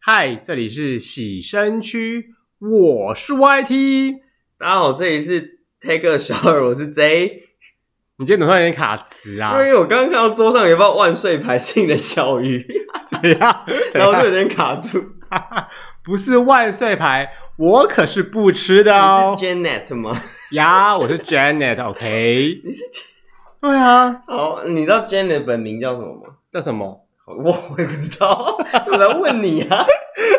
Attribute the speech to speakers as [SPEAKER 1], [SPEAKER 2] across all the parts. [SPEAKER 1] 嗨，这里是洗身区，我是 YT。
[SPEAKER 2] 大家好，这里是 Take a Shower，我是 J。
[SPEAKER 1] 你今天怎么突然有点卡词
[SPEAKER 2] 因
[SPEAKER 1] 啊？
[SPEAKER 2] 为我刚刚看到桌上有一包万岁牌性的小鱼，
[SPEAKER 1] 对啊呀，
[SPEAKER 2] 然后我就有点卡住。
[SPEAKER 1] 不是万岁牌，我可是不吃的哦
[SPEAKER 2] 你是。Janet 吗？
[SPEAKER 1] 呀，我是 Janet，OK、
[SPEAKER 2] 你是
[SPEAKER 1] 对啊，
[SPEAKER 2] 好，你知道 Janet 本名叫什么吗？
[SPEAKER 1] 叫什么？
[SPEAKER 2] 我我也不知道， 我来问你 啊。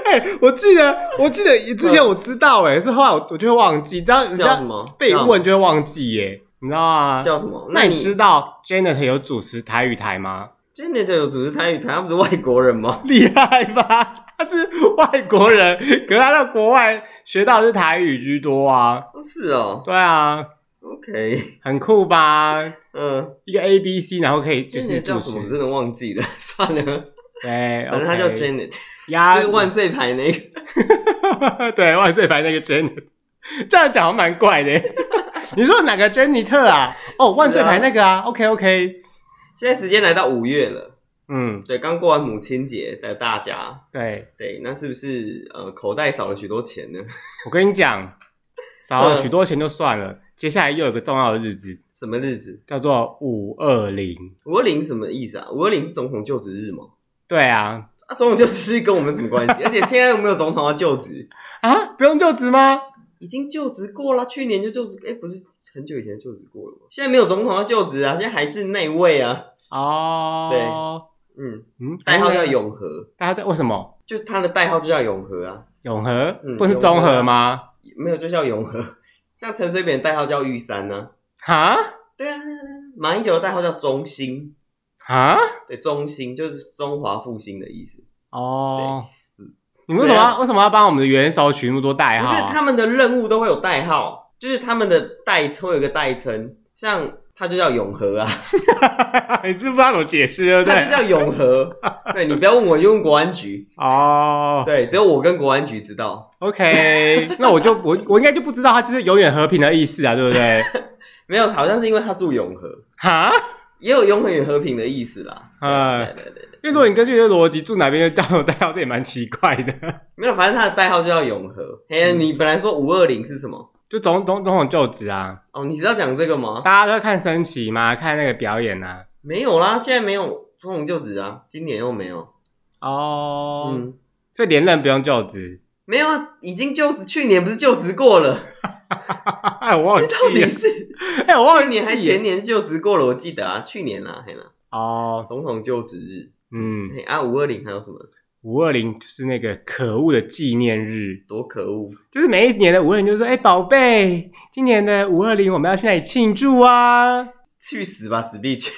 [SPEAKER 1] 哎、我记得，我记得之前我知道、哎，是后来我我就会忘记，你知道人
[SPEAKER 2] 叫
[SPEAKER 1] 家
[SPEAKER 2] 什么？
[SPEAKER 1] 被问就会忘记耶、你知道吗？
[SPEAKER 2] 叫什么？
[SPEAKER 1] 那
[SPEAKER 2] 你
[SPEAKER 1] 你知道 Janet 有主持台语台吗？
[SPEAKER 2] Janet 有主持台语台，他不是外国人吗？
[SPEAKER 1] 厉害吧？他是外国人，可是他到国外学到的是台语居多啊。
[SPEAKER 2] 哦是哦
[SPEAKER 1] 对啊，
[SPEAKER 2] ，OK，
[SPEAKER 1] 很酷吧？
[SPEAKER 2] 嗯，
[SPEAKER 1] 一个 A B C，然后可以就
[SPEAKER 2] Janet
[SPEAKER 1] 是
[SPEAKER 2] 叫
[SPEAKER 1] 主
[SPEAKER 2] 什么？我
[SPEAKER 1] 持。
[SPEAKER 2] 真的忘记了，算了，
[SPEAKER 1] 对，
[SPEAKER 2] 反正他叫
[SPEAKER 1] OK 啊
[SPEAKER 2] Janet，
[SPEAKER 1] 呀
[SPEAKER 2] 就是万岁牌那个。
[SPEAKER 1] 对万岁牌那个 Janet，这样讲好像蛮怪的。 你说哪个 Jenny 特啊？哦，万岁牌那个啊。OK OK，
[SPEAKER 2] 现在时间来到五月了，
[SPEAKER 1] 嗯，
[SPEAKER 2] 对，刚过完母亲节的大家，
[SPEAKER 1] 对，
[SPEAKER 2] 对，那是不是呃口袋少了许多钱呢？
[SPEAKER 1] 我跟你讲，少
[SPEAKER 2] 嗯
[SPEAKER 1] 了许多钱就算了，接下来又有个重要的日子，
[SPEAKER 2] 什么日子？
[SPEAKER 1] 叫做五二零。
[SPEAKER 2] 五二零什么意思啊？五二零是总统就职日吗？
[SPEAKER 1] 对啊，
[SPEAKER 2] 啊，总统就职日跟我们什么关系？而 且现在有没有总统要就职？
[SPEAKER 1] 啊，不用就职吗？
[SPEAKER 2] 已经就职过了，去年就就职，哎、不是很久以前就职过了吗？现在没有总统要就职啊，现在还是内位啊。
[SPEAKER 1] 哦，
[SPEAKER 2] 嗯，
[SPEAKER 1] 对，嗯，
[SPEAKER 2] 代号叫，永和，
[SPEAKER 1] 代号叫为什么？
[SPEAKER 2] 就他的代号就叫永和啊，
[SPEAKER 1] 永和
[SPEAKER 2] 嗯
[SPEAKER 1] 不是中和吗？
[SPEAKER 2] 没有就叫永和。 像陈水扁的代号叫玉山呢、
[SPEAKER 1] 哈
[SPEAKER 2] 啊，对啊，对啊对啊马英九的代号叫中兴，
[SPEAKER 1] 哈
[SPEAKER 2] 对，中兴就是中华复兴的意思，
[SPEAKER 1] 哦
[SPEAKER 2] 对嗯，
[SPEAKER 1] 你为什么
[SPEAKER 2] 这
[SPEAKER 1] 要为什么要帮我们的元首取那么多代
[SPEAKER 2] 不
[SPEAKER 1] 号
[SPEAKER 2] 是
[SPEAKER 1] 啊？
[SPEAKER 2] 他们的任务都会有代号，就是他们的代称会有一个代称，像他就叫永和啊，
[SPEAKER 1] 你知不知道怎么解释？对不
[SPEAKER 2] 他就
[SPEAKER 1] 对？
[SPEAKER 2] 叫永和。对你不要问我，你就问国安局。
[SPEAKER 1] 哦
[SPEAKER 2] 对，只有我跟国安局知道，
[SPEAKER 1] ，OK，那我就我我应该就不知道他就是永远和平的意思啊，对不 对？
[SPEAKER 2] 没有，好像是因为他住永和，
[SPEAKER 1] 哈，
[SPEAKER 2] 也有永和与和平的意思啦。对
[SPEAKER 1] 嗯，
[SPEAKER 2] 对对对，
[SPEAKER 1] 因为如果你根据这个逻辑住哪边就叫代号，这也蛮奇怪的。
[SPEAKER 2] 没有，反正他的代号就叫永和。嘿，你本来说五二零是什么？
[SPEAKER 1] 就总总总统就职啊，
[SPEAKER 2] 哦，你知道讲这个吗？
[SPEAKER 1] 大家都在看升旗嘛，看那个表演啊。
[SPEAKER 2] 没有啦，现在没有中红就职啊，今年又没有。
[SPEAKER 1] 哦，
[SPEAKER 2] 嗯，
[SPEAKER 1] 所以连任不用就职。
[SPEAKER 2] 没有啊，已经就职，去年不是就职过了？
[SPEAKER 1] 哎，我忘记
[SPEAKER 2] 到 底
[SPEAKER 1] 了，
[SPEAKER 2] 是
[SPEAKER 1] 哎，我忘
[SPEAKER 2] 去
[SPEAKER 1] 记
[SPEAKER 2] 年
[SPEAKER 1] 了
[SPEAKER 2] 还前年就职过了，我记得啊，去年啦，嘿啦，
[SPEAKER 1] 哦，
[SPEAKER 2] 总统就职日，
[SPEAKER 1] 嗯，
[SPEAKER 2] 嘿啊，五二零还有什么？
[SPEAKER 1] 五二零就是那个可恶的纪念日，
[SPEAKER 2] 多可恶！
[SPEAKER 1] 就是每一年的五二零就说，哎，宝贝，今年的五二零我们要去哪里庆祝啊？
[SPEAKER 2] 去死吧，死必去！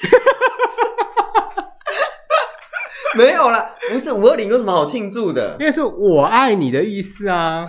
[SPEAKER 2] 没有啦，不是五二零有什么好庆祝的
[SPEAKER 1] 因？为是我爱你的意思啊。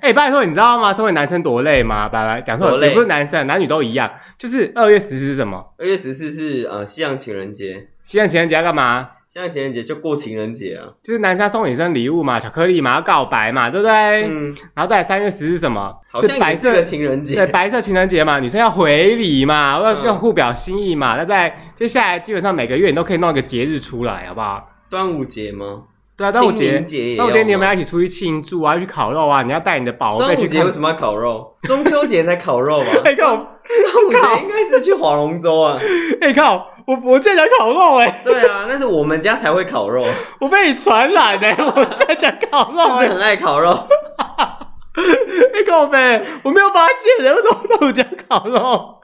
[SPEAKER 1] 哎，拜托，你知道吗？身为男生多累吗？拜拜，讲错
[SPEAKER 2] 多
[SPEAKER 1] 了，
[SPEAKER 2] 累
[SPEAKER 1] 也不是男生，啊男女都一样。就是二月十是什么？
[SPEAKER 2] 二月十四是呃西洋情人节，
[SPEAKER 1] 西洋情人节要干嘛？
[SPEAKER 2] 西洋情人节就过情人节啊。
[SPEAKER 1] 就是男生要送女生礼物嘛，巧克力嘛，要告白嘛，对不对？
[SPEAKER 2] 嗯，
[SPEAKER 1] 然后再来三月十是什么？
[SPEAKER 2] 好
[SPEAKER 1] 是
[SPEAKER 2] 像
[SPEAKER 1] 白
[SPEAKER 2] 也是个
[SPEAKER 1] 色
[SPEAKER 2] 情人节
[SPEAKER 1] 对。白色情人节嘛，女生要回礼嘛，要
[SPEAKER 2] 嗯
[SPEAKER 1] 要互表心意嘛。那在接下来基本上每个月你都可以弄一个节日出来，好不好？
[SPEAKER 2] 端午节吗？
[SPEAKER 1] 对啊，端午
[SPEAKER 2] 清
[SPEAKER 1] 节
[SPEAKER 2] 明，节也
[SPEAKER 1] 端午节你
[SPEAKER 2] 要
[SPEAKER 1] 们
[SPEAKER 2] 吗
[SPEAKER 1] 要一起出去庆祝啊，去烤肉啊，你要带你的宝贝
[SPEAKER 2] 端
[SPEAKER 1] 去
[SPEAKER 2] 午节
[SPEAKER 1] 看
[SPEAKER 2] 为。什么要烤肉？中秋节才烤肉 吧？
[SPEAKER 1] 哎靠！
[SPEAKER 2] 端午节应该是去划龙舟啊。
[SPEAKER 1] 哎靠！我我竟然讲烤肉哎、
[SPEAKER 2] 对啊，那是我们家才会烤肉，就
[SPEAKER 1] 我被你传染哎、我竟然讲烤 肉哎、
[SPEAKER 2] 是很爱烤肉。
[SPEAKER 1] 哎靠呗！我没有发现哎，我怎么豆浆烤肉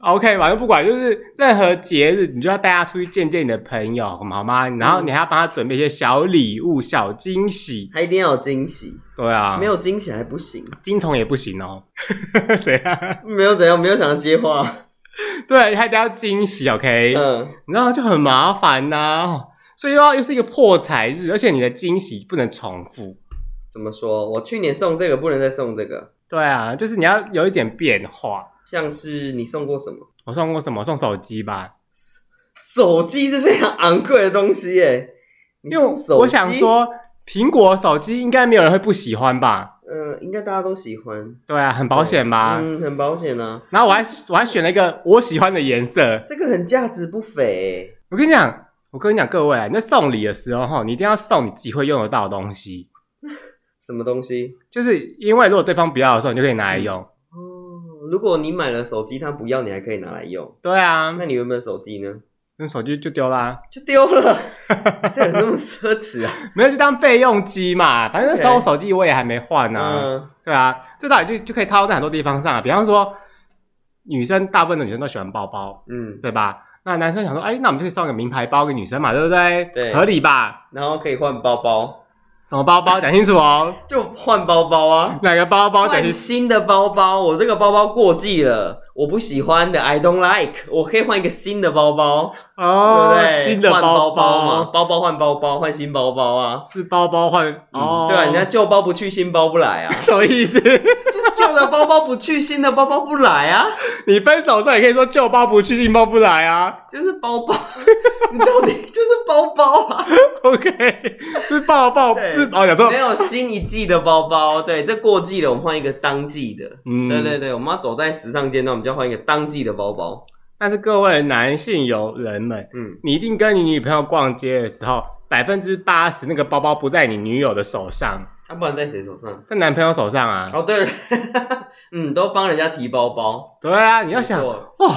[SPEAKER 1] ？OK，反正不管，就是任何节日，你就要带他出去见见你的朋友，好吗？然
[SPEAKER 2] 嗯
[SPEAKER 1] 后你还要帮他准备一些小礼物、小惊喜。
[SPEAKER 2] 还一定要有惊喜，
[SPEAKER 1] 对啊，
[SPEAKER 2] 没有惊喜还不行。
[SPEAKER 1] 金虫也不行 哦。怎样？
[SPEAKER 2] 没有怎样，没有想要接 话。
[SPEAKER 1] 对，还得要惊喜，OK？、
[SPEAKER 2] 嗯，
[SPEAKER 1] 你知道就很麻烦呐、哦所以又要又是一个破财日，而且你的惊喜不能重复。
[SPEAKER 2] 怎么说？我去年送这个，不能再送这个。
[SPEAKER 1] 对啊，就是你要有一点变化。
[SPEAKER 2] 像是你送过什么？
[SPEAKER 1] 我送过什么？送手机吧。
[SPEAKER 2] 手机是非常昂贵的东西耶。你
[SPEAKER 1] 因为
[SPEAKER 2] 送手机
[SPEAKER 1] 我想，说，苹果手机应该没有人会不喜欢吧？
[SPEAKER 2] 嗯、应该大家都喜欢，
[SPEAKER 1] 对啊，很保险吧？
[SPEAKER 2] 嗯，很保险啊。
[SPEAKER 1] 然后我还我还选了一个我喜欢的颜色。
[SPEAKER 2] 这个很价值不菲耶。
[SPEAKER 1] 我跟你讲，我跟你讲，各位啊，你在送礼的时候哈，你一定要送你自己会用得到的东西，
[SPEAKER 2] 什么东西？
[SPEAKER 1] 就是因为如果对方不要的时候，你就可以拿来
[SPEAKER 2] 嗯
[SPEAKER 1] 用。
[SPEAKER 2] 哦，如果你买了手机，他不要，你还可以拿来用。
[SPEAKER 1] 对啊，
[SPEAKER 2] 那你原本手机呢？
[SPEAKER 1] 用手机就丢啦，
[SPEAKER 2] 就丢 了，这有那么奢侈啊？
[SPEAKER 1] 没有就当备用机嘛。反正那时候我手机我也还没换呢、
[SPEAKER 2] 嗯，
[SPEAKER 1] 对啊，这道理就就可以套用在很多地方上、啊，比方说，女生大部分的女生都喜欢包包，
[SPEAKER 2] 嗯，
[SPEAKER 1] 对吧？那男生想说，哎，那我们就可以送个名牌包给女生嘛，对不对？
[SPEAKER 2] 对
[SPEAKER 1] 合理吧？
[SPEAKER 2] 然后可以换包包，
[SPEAKER 1] 什么包包讲清楚哦，
[SPEAKER 2] 就换包包啊，
[SPEAKER 1] 哪个包包讲
[SPEAKER 2] 换
[SPEAKER 1] 清楚？
[SPEAKER 2] 新的包包。我这个包包过季了，我不喜欢的，I don't like，我可以换一个新的包包，
[SPEAKER 1] 哦
[SPEAKER 2] 对不，对？
[SPEAKER 1] 新的
[SPEAKER 2] 换
[SPEAKER 1] 包
[SPEAKER 2] 包包嘛，包包换包包，换新包包啊。
[SPEAKER 1] 是包包换、哦，。
[SPEAKER 2] 对啊，人家旧包不去，新包不来啊
[SPEAKER 1] 什么意思？
[SPEAKER 2] 就旧的包包不去，新的包包不来啊。
[SPEAKER 1] 你分手的时候也可以说旧包不去，新包不来啊。
[SPEAKER 2] 就是包包， 你到底就是包包啊？
[SPEAKER 1] OK，是抱抱
[SPEAKER 2] 对
[SPEAKER 1] 是哦，讲错
[SPEAKER 2] 没，有新一季的包包，对，这过季了，我们换一个当季的。
[SPEAKER 1] 嗯
[SPEAKER 2] 对对。对，我们要走在时尚尖端，我们就要换一个当季的包包。
[SPEAKER 1] 但是各位男性友人们，
[SPEAKER 2] 嗯，
[SPEAKER 1] 你一定跟你女朋友逛街的时候，百分之八十那个包包不在你女友的手上，
[SPEAKER 2] 要、啊不然在谁手上？
[SPEAKER 1] 在男朋友手上啊。
[SPEAKER 2] 哦，对了， 嗯，都帮人家提包包。
[SPEAKER 1] 对啊，你
[SPEAKER 2] 你
[SPEAKER 1] 要想哇、哦，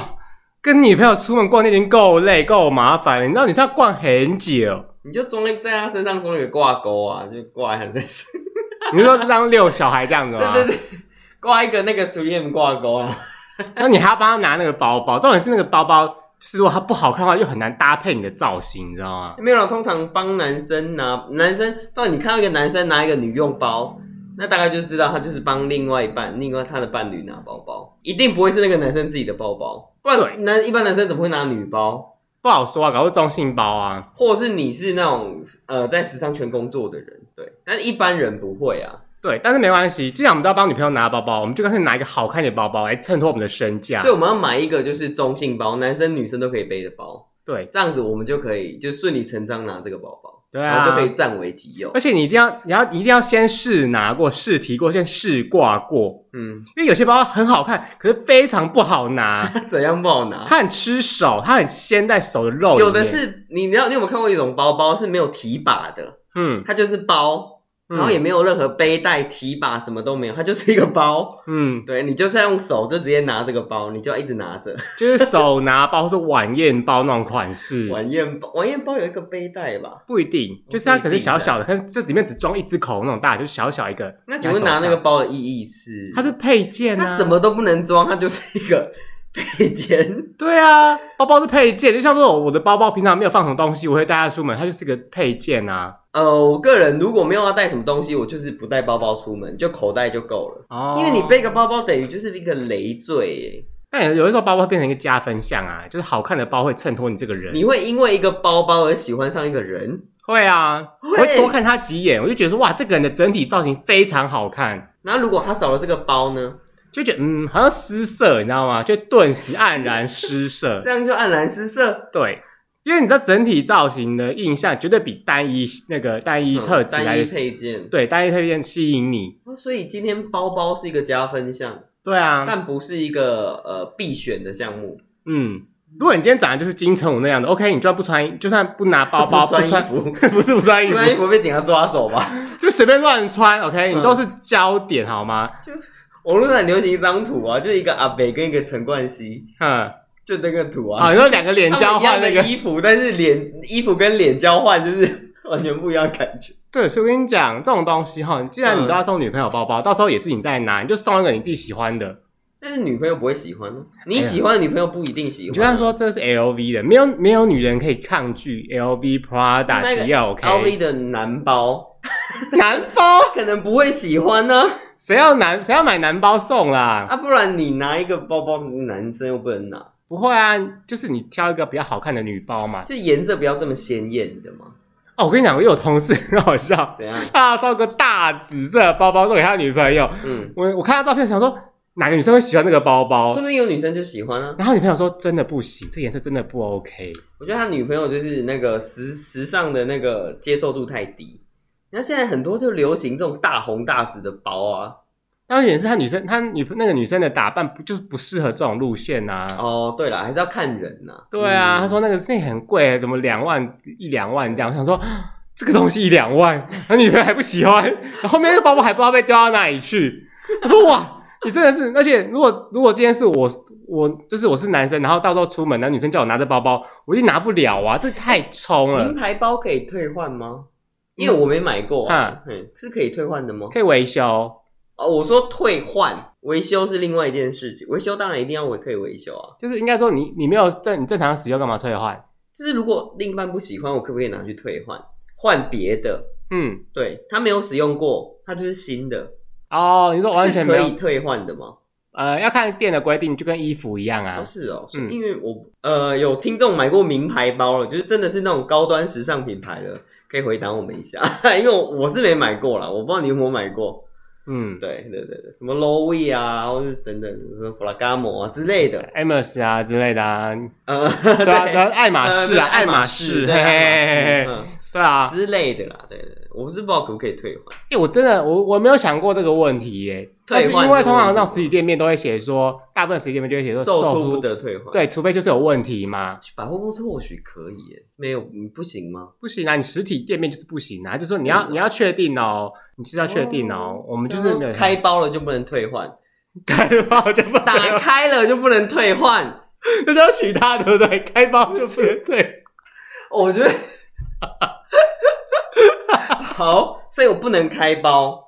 [SPEAKER 1] 跟女朋友出门逛街已经够累够麻烦了，你知道你是要逛很久，
[SPEAKER 2] 你就装在在他身上装一个挂钩啊，就挂在他身上，
[SPEAKER 1] 你是说让遛小孩这样子吗？
[SPEAKER 2] 对对对，挂一个那个 3M 挂钩啊。
[SPEAKER 1] 那你还要帮他拿那个包包，重点是那个包包，就是如果它不好看的话，又很难搭配你的造型，你知道吗？
[SPEAKER 2] 没有啦，通常帮男生拿，男生到你看到一个男生拿一个女用包，那大概就知道他就是帮另外一半，另外他的伴侣拿包包，一定不会是那个男生自己的包包，不
[SPEAKER 1] 对
[SPEAKER 2] 然男一般男生怎么会拿女包？
[SPEAKER 1] 不好说啊，搞不好中性包啊。
[SPEAKER 2] 或者是你是那种呃在时尚圈工作的人，对，但是一般人不会啊，
[SPEAKER 1] 对，但是没关系，既然我们都要帮女朋友拿包包，我们就干脆拿一个好看一点的包包来衬托我们的身价
[SPEAKER 2] 所。以我们要买一个就是中性包，男生女生都可以背的包，
[SPEAKER 1] 对
[SPEAKER 2] 这样子我们就可以就顺理成章拿这个包包，
[SPEAKER 1] 对
[SPEAKER 2] 然
[SPEAKER 1] 啊
[SPEAKER 2] 后哦就可，以占为己有
[SPEAKER 1] 而，且你一定要，你要你一定要先试拿过、试提过、先试挂过，
[SPEAKER 2] 嗯，
[SPEAKER 1] 因为有些包包很好看，可是非常不好拿，
[SPEAKER 2] 怎样不好 拿？
[SPEAKER 1] 它很吃手，它很先在手的肉里面
[SPEAKER 2] 有的，是你，你知道你有没有看过一种包包是没有提把的？
[SPEAKER 1] 嗯，
[SPEAKER 2] 它就是包，
[SPEAKER 1] 嗯
[SPEAKER 2] 然后也没有任何背带、提把，什么都没有，它就是一个包。
[SPEAKER 1] 嗯，
[SPEAKER 2] 对你就是要用手就直接拿这个包，你就要一直拿着。
[SPEAKER 1] 就是手拿包或是晚宴包那种款 式，
[SPEAKER 2] 晚宴包，晚宴包有一个背带吧？
[SPEAKER 1] 不一定，就是它可能小小的，它这里面只装一只口那种大，就是小小一个。
[SPEAKER 2] 那请问拿那个，包的意义是？
[SPEAKER 1] 它是配件啊？
[SPEAKER 2] 它什？么都不能装，它就是一个 配件。
[SPEAKER 1] 对啊，包包是配件，就像说我的包包平常没有放什么东西，我会带它出门，它就是个配件啊。
[SPEAKER 2] 呃，我个人如果没有要带什么东西，我就是不带包包出门，就口袋就够了。
[SPEAKER 1] 哦
[SPEAKER 2] 因为你背，个包包等于就是一个累赘耶。
[SPEAKER 1] 但有有的时候包包会变成一个加分项啊，就是好看的包会衬托你这个人。
[SPEAKER 2] 你会因为一个包包而喜欢上一个人，
[SPEAKER 1] 会啊，
[SPEAKER 2] 会
[SPEAKER 1] 我会多看他几眼，我就觉得说哇，这个人的整体造型非常好看，
[SPEAKER 2] 那如果他少了这个包呢？
[SPEAKER 1] 就觉得嗯，好像失色，你知道吗？就顿时黯然失色
[SPEAKER 2] 这。样就黯然失色。
[SPEAKER 1] 对，因为你知道整体造型的印象绝对比单一那个单一特
[SPEAKER 2] 嗯
[SPEAKER 1] 质
[SPEAKER 2] 单
[SPEAKER 1] 来
[SPEAKER 2] 一
[SPEAKER 1] 的、
[SPEAKER 2] 配件，
[SPEAKER 1] 对单一特点吸引你。
[SPEAKER 2] 哦所以今天包包是一个加分项，
[SPEAKER 1] 对啊，
[SPEAKER 2] 但不是一个呃必选的项目。
[SPEAKER 1] 嗯，如果你今天长得就是金城武那样的，OK，你就算不穿，就算不拿包包，
[SPEAKER 2] 不穿
[SPEAKER 1] 不穿
[SPEAKER 2] 衣服，
[SPEAKER 1] 不是不穿衣
[SPEAKER 2] 不
[SPEAKER 1] 服，
[SPEAKER 2] 穿衣服被警察抓走吧？
[SPEAKER 1] 就随便乱穿，OK，你
[SPEAKER 2] 嗯
[SPEAKER 1] 都是焦点好吗？
[SPEAKER 2] 网络上很流行一张图啊，就一个阿北跟一个陈冠希，
[SPEAKER 1] 嗯，
[SPEAKER 2] 就那个图啊，
[SPEAKER 1] 好，你说两个脸
[SPEAKER 2] 他
[SPEAKER 1] 交
[SPEAKER 2] 们一样
[SPEAKER 1] 换那
[SPEAKER 2] 的
[SPEAKER 1] 个，
[SPEAKER 2] 衣服，但是脸衣服跟脸交换就是 完全不一样的感觉。
[SPEAKER 1] 对，所以我跟你讲，这种东西哈，既然你都要送女朋友包包，到时候也是你在拿，你就送一个你自己喜欢的。
[SPEAKER 2] 但是女朋友不会喜欢啊，你喜欢的女朋友不一定喜
[SPEAKER 1] 你
[SPEAKER 2] 欢。
[SPEAKER 1] 就算说这是 LV 的，没有没有女人可以抗拒 LV、
[SPEAKER 2] 那
[SPEAKER 1] Prada、
[SPEAKER 2] 个
[SPEAKER 1] 迪奥 OK。
[SPEAKER 2] LV 的男包，
[SPEAKER 1] 男
[SPEAKER 2] 包可能不会喜欢呢、
[SPEAKER 1] 谁要男谁要买男包送啦？
[SPEAKER 2] 啊，不然你拿一个包包，男生又不能拿，
[SPEAKER 1] 不会啊，就是你挑一个比较好看的女包嘛。
[SPEAKER 2] 就颜色不要这么鲜艳的嘛。
[SPEAKER 1] 哦，我跟你讲，我有同事 很好笑，
[SPEAKER 2] 怎样？
[SPEAKER 1] 他送个大紫色的包包送给他女朋友，
[SPEAKER 2] 嗯，
[SPEAKER 1] 我我看他照片想说哪个女生会喜欢那个包包
[SPEAKER 2] 说，不定有女生就喜欢啊。
[SPEAKER 1] 然后女朋友说真的不行，这颜色真的不 OK。
[SPEAKER 2] 我觉得他女朋友就是那个时时尚的那个接受度太低。你看现在很多就流行这种大红大紫的包啊，
[SPEAKER 1] 但重点是他女生，他女那个女生的打扮不就是不适合这种路线呐、啊？
[SPEAKER 2] 哦，对了，还是要看人呐、
[SPEAKER 1] 对啊，
[SPEAKER 2] 嗯
[SPEAKER 1] 他说那个那很贵，怎么两万一两万这样？我想说这个东西一两万，他女朋友还不喜欢， 然后后面那个包包还不知道被丢到哪里去。我说哇，你真的是，而且如果如果今天是我我就是我是男生，然后到时候出门，然后女生叫我拿着包包，我一定拿不了啊，这太冲了
[SPEAKER 2] 名，牌包可以退换吗？因为我没买过啊，嗯，是可以退换的吗？
[SPEAKER 1] 嗯可以维修，
[SPEAKER 2] 哦，我说退换维修是另外一件事情，维修当然一定要维可以维修啊。
[SPEAKER 1] 就是应该说你你没有正你正常使用干嘛退换？
[SPEAKER 2] 就是如果另一半不喜欢，我可不可以拿去退换，换别的？
[SPEAKER 1] 嗯，
[SPEAKER 2] 对他没有使用过，他就是新的，
[SPEAKER 1] 哦，你说完全
[SPEAKER 2] 是
[SPEAKER 1] 没
[SPEAKER 2] 可
[SPEAKER 1] 有
[SPEAKER 2] 以退换的吗？
[SPEAKER 1] 呃，要看店的规定，就跟衣服一样啊
[SPEAKER 2] 哦，。是哦，
[SPEAKER 1] 嗯
[SPEAKER 2] 因为我呃有听众买过名牌包了，就是真的是那种高端时尚品牌了，可以回答我们一下， 因为我我是没买过啦，我不知道你有没有买过。
[SPEAKER 1] 嗯
[SPEAKER 2] 对对对对，什么 Lowe 啊，或是等等什么 Ferragamo 啊之类的，
[SPEAKER 1] ，Amos 啊之类的啊，
[SPEAKER 2] 呃，
[SPEAKER 1] 对啊，对啊，爱马
[SPEAKER 2] 呃
[SPEAKER 1] 仕
[SPEAKER 2] 对
[SPEAKER 1] 啊，
[SPEAKER 2] 爱
[SPEAKER 1] 马
[SPEAKER 2] 仕，
[SPEAKER 1] 仕，
[SPEAKER 2] 对，
[SPEAKER 1] 嘿嘿
[SPEAKER 2] 爱
[SPEAKER 1] 嘿
[SPEAKER 2] 马
[SPEAKER 1] 嘿，
[SPEAKER 2] 仕
[SPEAKER 1] 对啊
[SPEAKER 2] 嗯，之类的啦，对对，对我是不知道可不可以退换，
[SPEAKER 1] 哎，我真的我我没有想过这个问题耶，但是
[SPEAKER 2] 退换
[SPEAKER 1] 因为通
[SPEAKER 2] 这个
[SPEAKER 1] 常
[SPEAKER 2] 问题
[SPEAKER 1] 那种实体店面都会写说，大部分实体店面就会写说
[SPEAKER 2] 售
[SPEAKER 1] 售
[SPEAKER 2] 出不
[SPEAKER 1] 出，
[SPEAKER 2] 得退换，，
[SPEAKER 1] 对，除非就是有问题嘛，
[SPEAKER 2] 百货公司或许可以耶，没有你不行吗？
[SPEAKER 1] 不行啊，你实体店面就是不行啊，就说你
[SPEAKER 2] 是啊
[SPEAKER 1] 要你要确定哦，你就是要确定哦，我们就是没有
[SPEAKER 2] 开包了就不能退换，
[SPEAKER 1] 开包就不
[SPEAKER 2] 打
[SPEAKER 1] 打，
[SPEAKER 2] 开了就不能 退换。
[SPEAKER 1] 这叫许他对不对？开包就不能对，
[SPEAKER 2] 哦我觉得 好，所以我不能开包，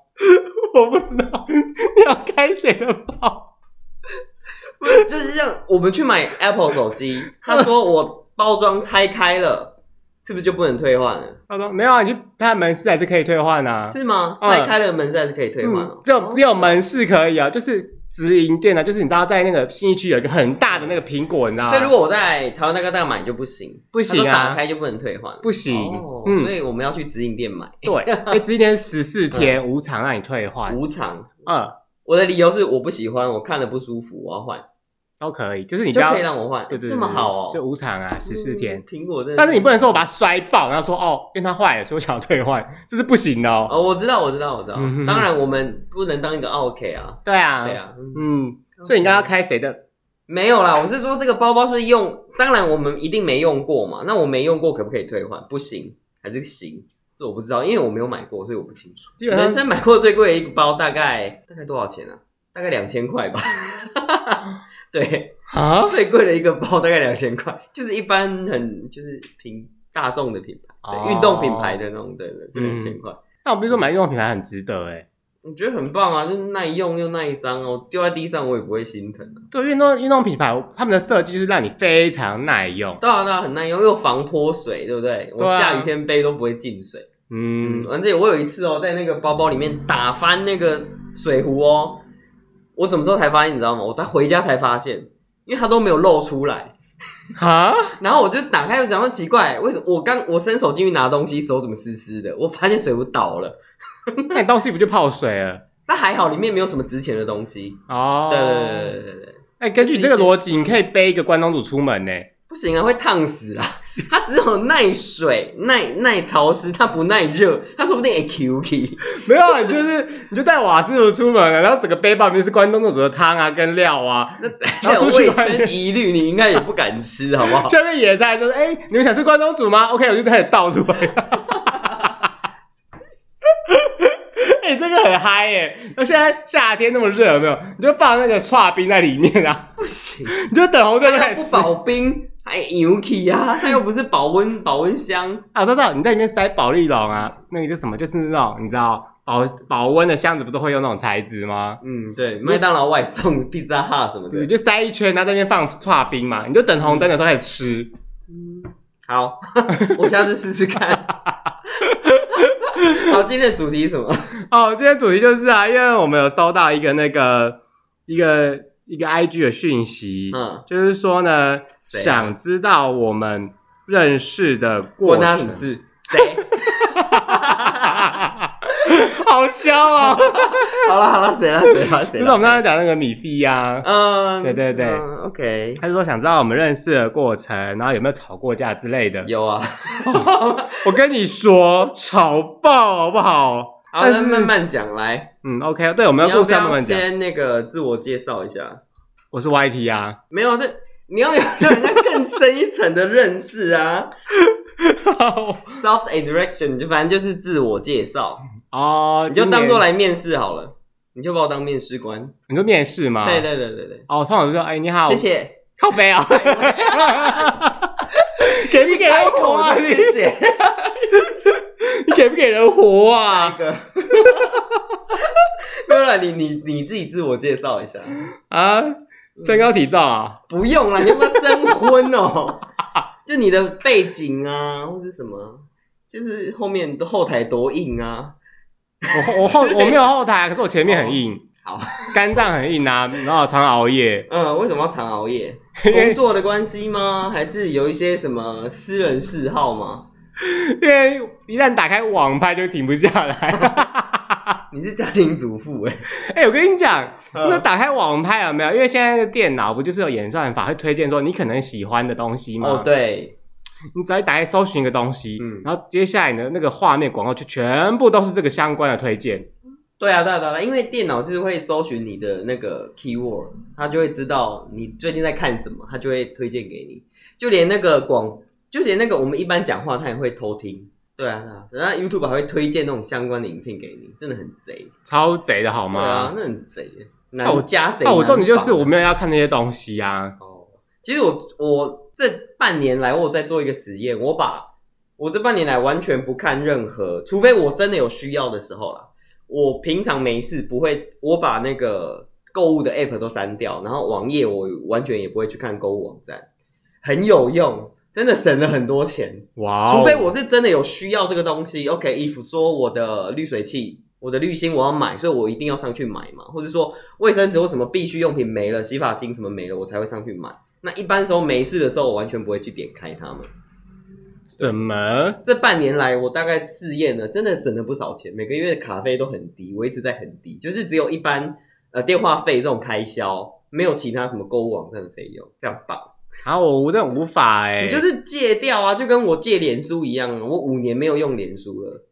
[SPEAKER 1] 我不知道 你要开谁的包。
[SPEAKER 2] 不是就是像我们去买 Apple 手机，他说我包装拆开了，是不是就不能退换了？
[SPEAKER 1] 他说没有啊，你去看门市还是可以退换啊。
[SPEAKER 2] 是吗？
[SPEAKER 1] 嗯
[SPEAKER 2] 拆开了门市还是可以退换哦
[SPEAKER 1] 嗯，只有只有门市可以啊，就是直营店啊，就是你知道在那个信义区有一个很大的那个苹果，你知道吗？
[SPEAKER 2] 所以如果我在台湾大哥大买就不行，
[SPEAKER 1] 不行
[SPEAKER 2] 他说打
[SPEAKER 1] 啊，
[SPEAKER 2] 开就不能退换了，
[SPEAKER 1] 不行
[SPEAKER 2] 哦，
[SPEAKER 1] 嗯
[SPEAKER 2] 所以我们要去直营店买
[SPEAKER 1] 对，因为直营店十四天无偿让你退换，
[SPEAKER 2] 嗯无偿。
[SPEAKER 1] 嗯，
[SPEAKER 2] 我的理由是我不喜欢，我看了不舒服，我要换，
[SPEAKER 1] 都可以，就是你不
[SPEAKER 2] 就
[SPEAKER 1] 要
[SPEAKER 2] 可以让我换，
[SPEAKER 1] 对对对
[SPEAKER 2] 这么好
[SPEAKER 1] 对
[SPEAKER 2] 哦，
[SPEAKER 1] 无偿啊，十四天
[SPEAKER 2] 嗯。苹果真的，
[SPEAKER 1] 但是你不能说我把它摔爆，然后说哦，因为它坏了，所以我想要退换，这是不行的哦。
[SPEAKER 2] 哦，我知道，我知道，我知道。
[SPEAKER 1] 嗯哼
[SPEAKER 2] 当然，我们不能当一个 OK 啊，
[SPEAKER 1] 对啊，
[SPEAKER 2] 对，啊，嗯
[SPEAKER 1] 嗯，所以你刚刚开谁的？
[SPEAKER 2] 没有啦。我是说这个包包是用，当然我们一定没用过嘛。那我没用过，可不可以退换？不行，还是行？这我不知道，因为我没有买过，所以我不清楚。
[SPEAKER 1] 基本上
[SPEAKER 2] 人生买过最贵的一个包大概大概多少钱啊？大概两千块吧。 对，
[SPEAKER 1] 啊？
[SPEAKER 2] 最贵的一个包大概两千块，就是一般很就是平大众的品牌，
[SPEAKER 1] 哦嗯
[SPEAKER 2] 对，运动品牌的那种，对对，就两千块。
[SPEAKER 1] 那我比如说买运动品牌很值得哎、
[SPEAKER 2] 我觉得很棒啊，就是耐用又耐脏哦，我丢在地上我也不会心疼啊。
[SPEAKER 1] 对，运动运动品牌，他们的设计就是让你非常耐用。
[SPEAKER 2] 当然啦，啊很耐用又防泼水，对不对？我
[SPEAKER 1] 对啊
[SPEAKER 2] 下雨天背都不会进水。嗯
[SPEAKER 1] 嗯，，
[SPEAKER 2] 反正我有一次哦，在那个包包里面打翻那个水壶哦，我怎么时候才发现你知道吗？我在回家才发现，因为它都没有露出来。
[SPEAKER 1] 哈，
[SPEAKER 2] 然后我就打开，我想说奇怪，为什么我刚我伸手进去拿东西，手怎么湿湿的？我发现水壶倒了，
[SPEAKER 1] 那你东西不就泡水了？
[SPEAKER 2] 但还好里面没有什么值钱的东西。
[SPEAKER 1] 哦，
[SPEAKER 2] 对对对对对对。
[SPEAKER 1] 哎、根据这个逻辑，你可以背一个关东煮出门呢、
[SPEAKER 2] 不行啊，会烫死啊！它只有耐水、耐耐潮湿，它不耐热，它说不定也 Q K。
[SPEAKER 1] 没有啊，你就是你就带瓦斯炉出门啊了，然后整个背包里面是关东煮的汤啊跟料啊，
[SPEAKER 2] 那
[SPEAKER 1] 出
[SPEAKER 2] 种
[SPEAKER 1] 去
[SPEAKER 2] 卫
[SPEAKER 1] 外面
[SPEAKER 2] 生疑虑，你应该也不敢吃，好不好？
[SPEAKER 1] 下面野菜就是哎、你们想吃关东煮吗？OK，我就开始倒出来。 哎、这个很嗨耶、那现在夏天那么热，有没有？你就放那个串冰在里面啊，
[SPEAKER 2] 不行，
[SPEAKER 1] 你就等红灯
[SPEAKER 2] 它
[SPEAKER 1] 开始
[SPEAKER 2] 又不
[SPEAKER 1] 吃。
[SPEAKER 2] 保冰，还 U K 啊！它又不是保温保温箱，
[SPEAKER 1] 啊，我知道你在里面塞保利龙啊，那个叫什么？就是那种你知道保保温的箱子不都会用那种材质吗？
[SPEAKER 2] 嗯，对，麦当劳外送、披萨哈什么
[SPEAKER 1] 对，你
[SPEAKER 2] 的。
[SPEAKER 1] 就塞一圈，然后在那边放刨冰嘛，你就等红灯的时候开始吃。
[SPEAKER 2] 好， 我下次试试 看。好，今天的主题是什么？
[SPEAKER 1] 哦，今天主题就是啊，因为我们有收到一个那个一个一个 IG 的讯息，
[SPEAKER 2] 嗯，
[SPEAKER 1] 就是说呢，
[SPEAKER 2] 谁啊
[SPEAKER 1] 想知道我们认识的过
[SPEAKER 2] 关他什
[SPEAKER 1] 程
[SPEAKER 2] 么。事？谁？
[SPEAKER 1] 好笑哦！
[SPEAKER 2] 啊好了好了，谁了谁了
[SPEAKER 1] 就
[SPEAKER 2] 谁
[SPEAKER 1] 是
[SPEAKER 2] 了
[SPEAKER 1] 我？们刚才讲那个米菲啊呀、
[SPEAKER 2] 嗯，
[SPEAKER 1] 对对对
[SPEAKER 2] 嗯，OK，
[SPEAKER 1] 他就说想知道我们认识的过程，然后有没有吵过架之类的。
[SPEAKER 2] 有啊，
[SPEAKER 1] 我跟你说，吵爆好不好？
[SPEAKER 2] 好，
[SPEAKER 1] 但
[SPEAKER 2] 那
[SPEAKER 1] 是
[SPEAKER 2] 慢慢讲来。
[SPEAKER 1] 嗯，OK，对，我们
[SPEAKER 2] 你
[SPEAKER 1] 要
[SPEAKER 2] 要
[SPEAKER 1] 故
[SPEAKER 2] 不
[SPEAKER 1] 事要慢
[SPEAKER 2] 要
[SPEAKER 1] 慢讲。
[SPEAKER 2] 先那个自我介绍一下？
[SPEAKER 1] 我是 YT 啊，
[SPEAKER 2] 没有，这你要有对人家更深一层的认识啊。Self introduction 你就反正就是自我介绍，
[SPEAKER 1] 哦，
[SPEAKER 2] 你就当做
[SPEAKER 1] 今年，
[SPEAKER 2] 来面试好了，你就把我当面试官。
[SPEAKER 1] 你说面试吗？
[SPEAKER 2] 对。对对对对，
[SPEAKER 1] 哦，通常就说，哎，你好，
[SPEAKER 2] 谢，谢。
[SPEAKER 1] 靠背 啊，
[SPEAKER 2] 哎
[SPEAKER 1] 给不给
[SPEAKER 2] 开
[SPEAKER 1] 人活
[SPEAKER 2] 口
[SPEAKER 1] 啊？
[SPEAKER 2] 就
[SPEAKER 1] 你
[SPEAKER 2] 谢谢。
[SPEAKER 1] 你给不给人活
[SPEAKER 2] 那
[SPEAKER 1] 啊？
[SPEAKER 2] 个， 没有了，你你你自己自我介绍一下。
[SPEAKER 1] 啊，身高体重啊？
[SPEAKER 2] 不用了，你要不要征婚哦？就你的背景啊，或是什么，就是后面的后台多硬啊。
[SPEAKER 1] 我 我后我没有后台，可是我前面很硬，
[SPEAKER 2] 哦好，
[SPEAKER 1] 肝脏很硬啊，然后常熬夜，
[SPEAKER 2] 嗯，为什么要常熬 夜？
[SPEAKER 1] 因为
[SPEAKER 2] 工作的关系吗？还是有一些什么私人嗜好吗？
[SPEAKER 1] 因为一旦打开网拍就停不下来。
[SPEAKER 2] 你是家庭主妇哎、
[SPEAKER 1] 哎、我跟你讲，
[SPEAKER 2] 嗯
[SPEAKER 1] 那打开网拍有没有？因为现在的电脑不就是有演算法会推荐说你可能喜欢的东西吗？
[SPEAKER 2] 哦，，对，
[SPEAKER 1] 你只要打开搜寻一个东西，
[SPEAKER 2] 嗯
[SPEAKER 1] 然后接下来呢，那个画面广告就全部都是这个相关的推荐。
[SPEAKER 2] 对啊，对啊，对啊，因为电脑就是会搜寻你的那个 keyword，它就会知道你最近在看什么，它就会推荐给你。就连那个广，就连那个我们一般讲话，它也会偷听。对啊，对啊，然后 YouTube 还会推荐那种相关的影片给你，真的很贼。
[SPEAKER 1] 超贼的好
[SPEAKER 2] 对啊
[SPEAKER 1] 吗？，
[SPEAKER 2] 那很贼耶，
[SPEAKER 1] 那我
[SPEAKER 2] 难啊加贼。
[SPEAKER 1] 那、我重点就是我
[SPEAKER 2] 们。
[SPEAKER 1] 没有要看那些东西啊。
[SPEAKER 2] 哦，其实我我这半年来我有在做一个实验，我把我这半年来完全不看任何，除非我真的有需要的时候啦。我平常没事不会，我把那个购物的 app 都删掉，然后网页我完全也不会去看购物网站，很有用，真的省了很多钱。
[SPEAKER 1] 哇、哦！
[SPEAKER 2] 除非我是真的有需要这个东西，OK，衣服说我的滤水器、我的滤芯我要买，所以我一定要上去买嘛，或者说卫生纸或什么必需用品没了，洗发精什么没了，我才会上去买。那一般时候没事的时候，我完全不会去点开它们。
[SPEAKER 1] 什么？
[SPEAKER 2] 这半年来，我大概试验了，真的省了不少钱，每个月的卡费都很低，我一直在很低，就是只有一般呃电话费这种开销，没有其他什么购物网站的费用，非常棒。
[SPEAKER 1] 啊，我我真的无法哎、
[SPEAKER 2] 你就是戒掉啊，就跟我戒脸书一样啊，我五年没有用脸书了。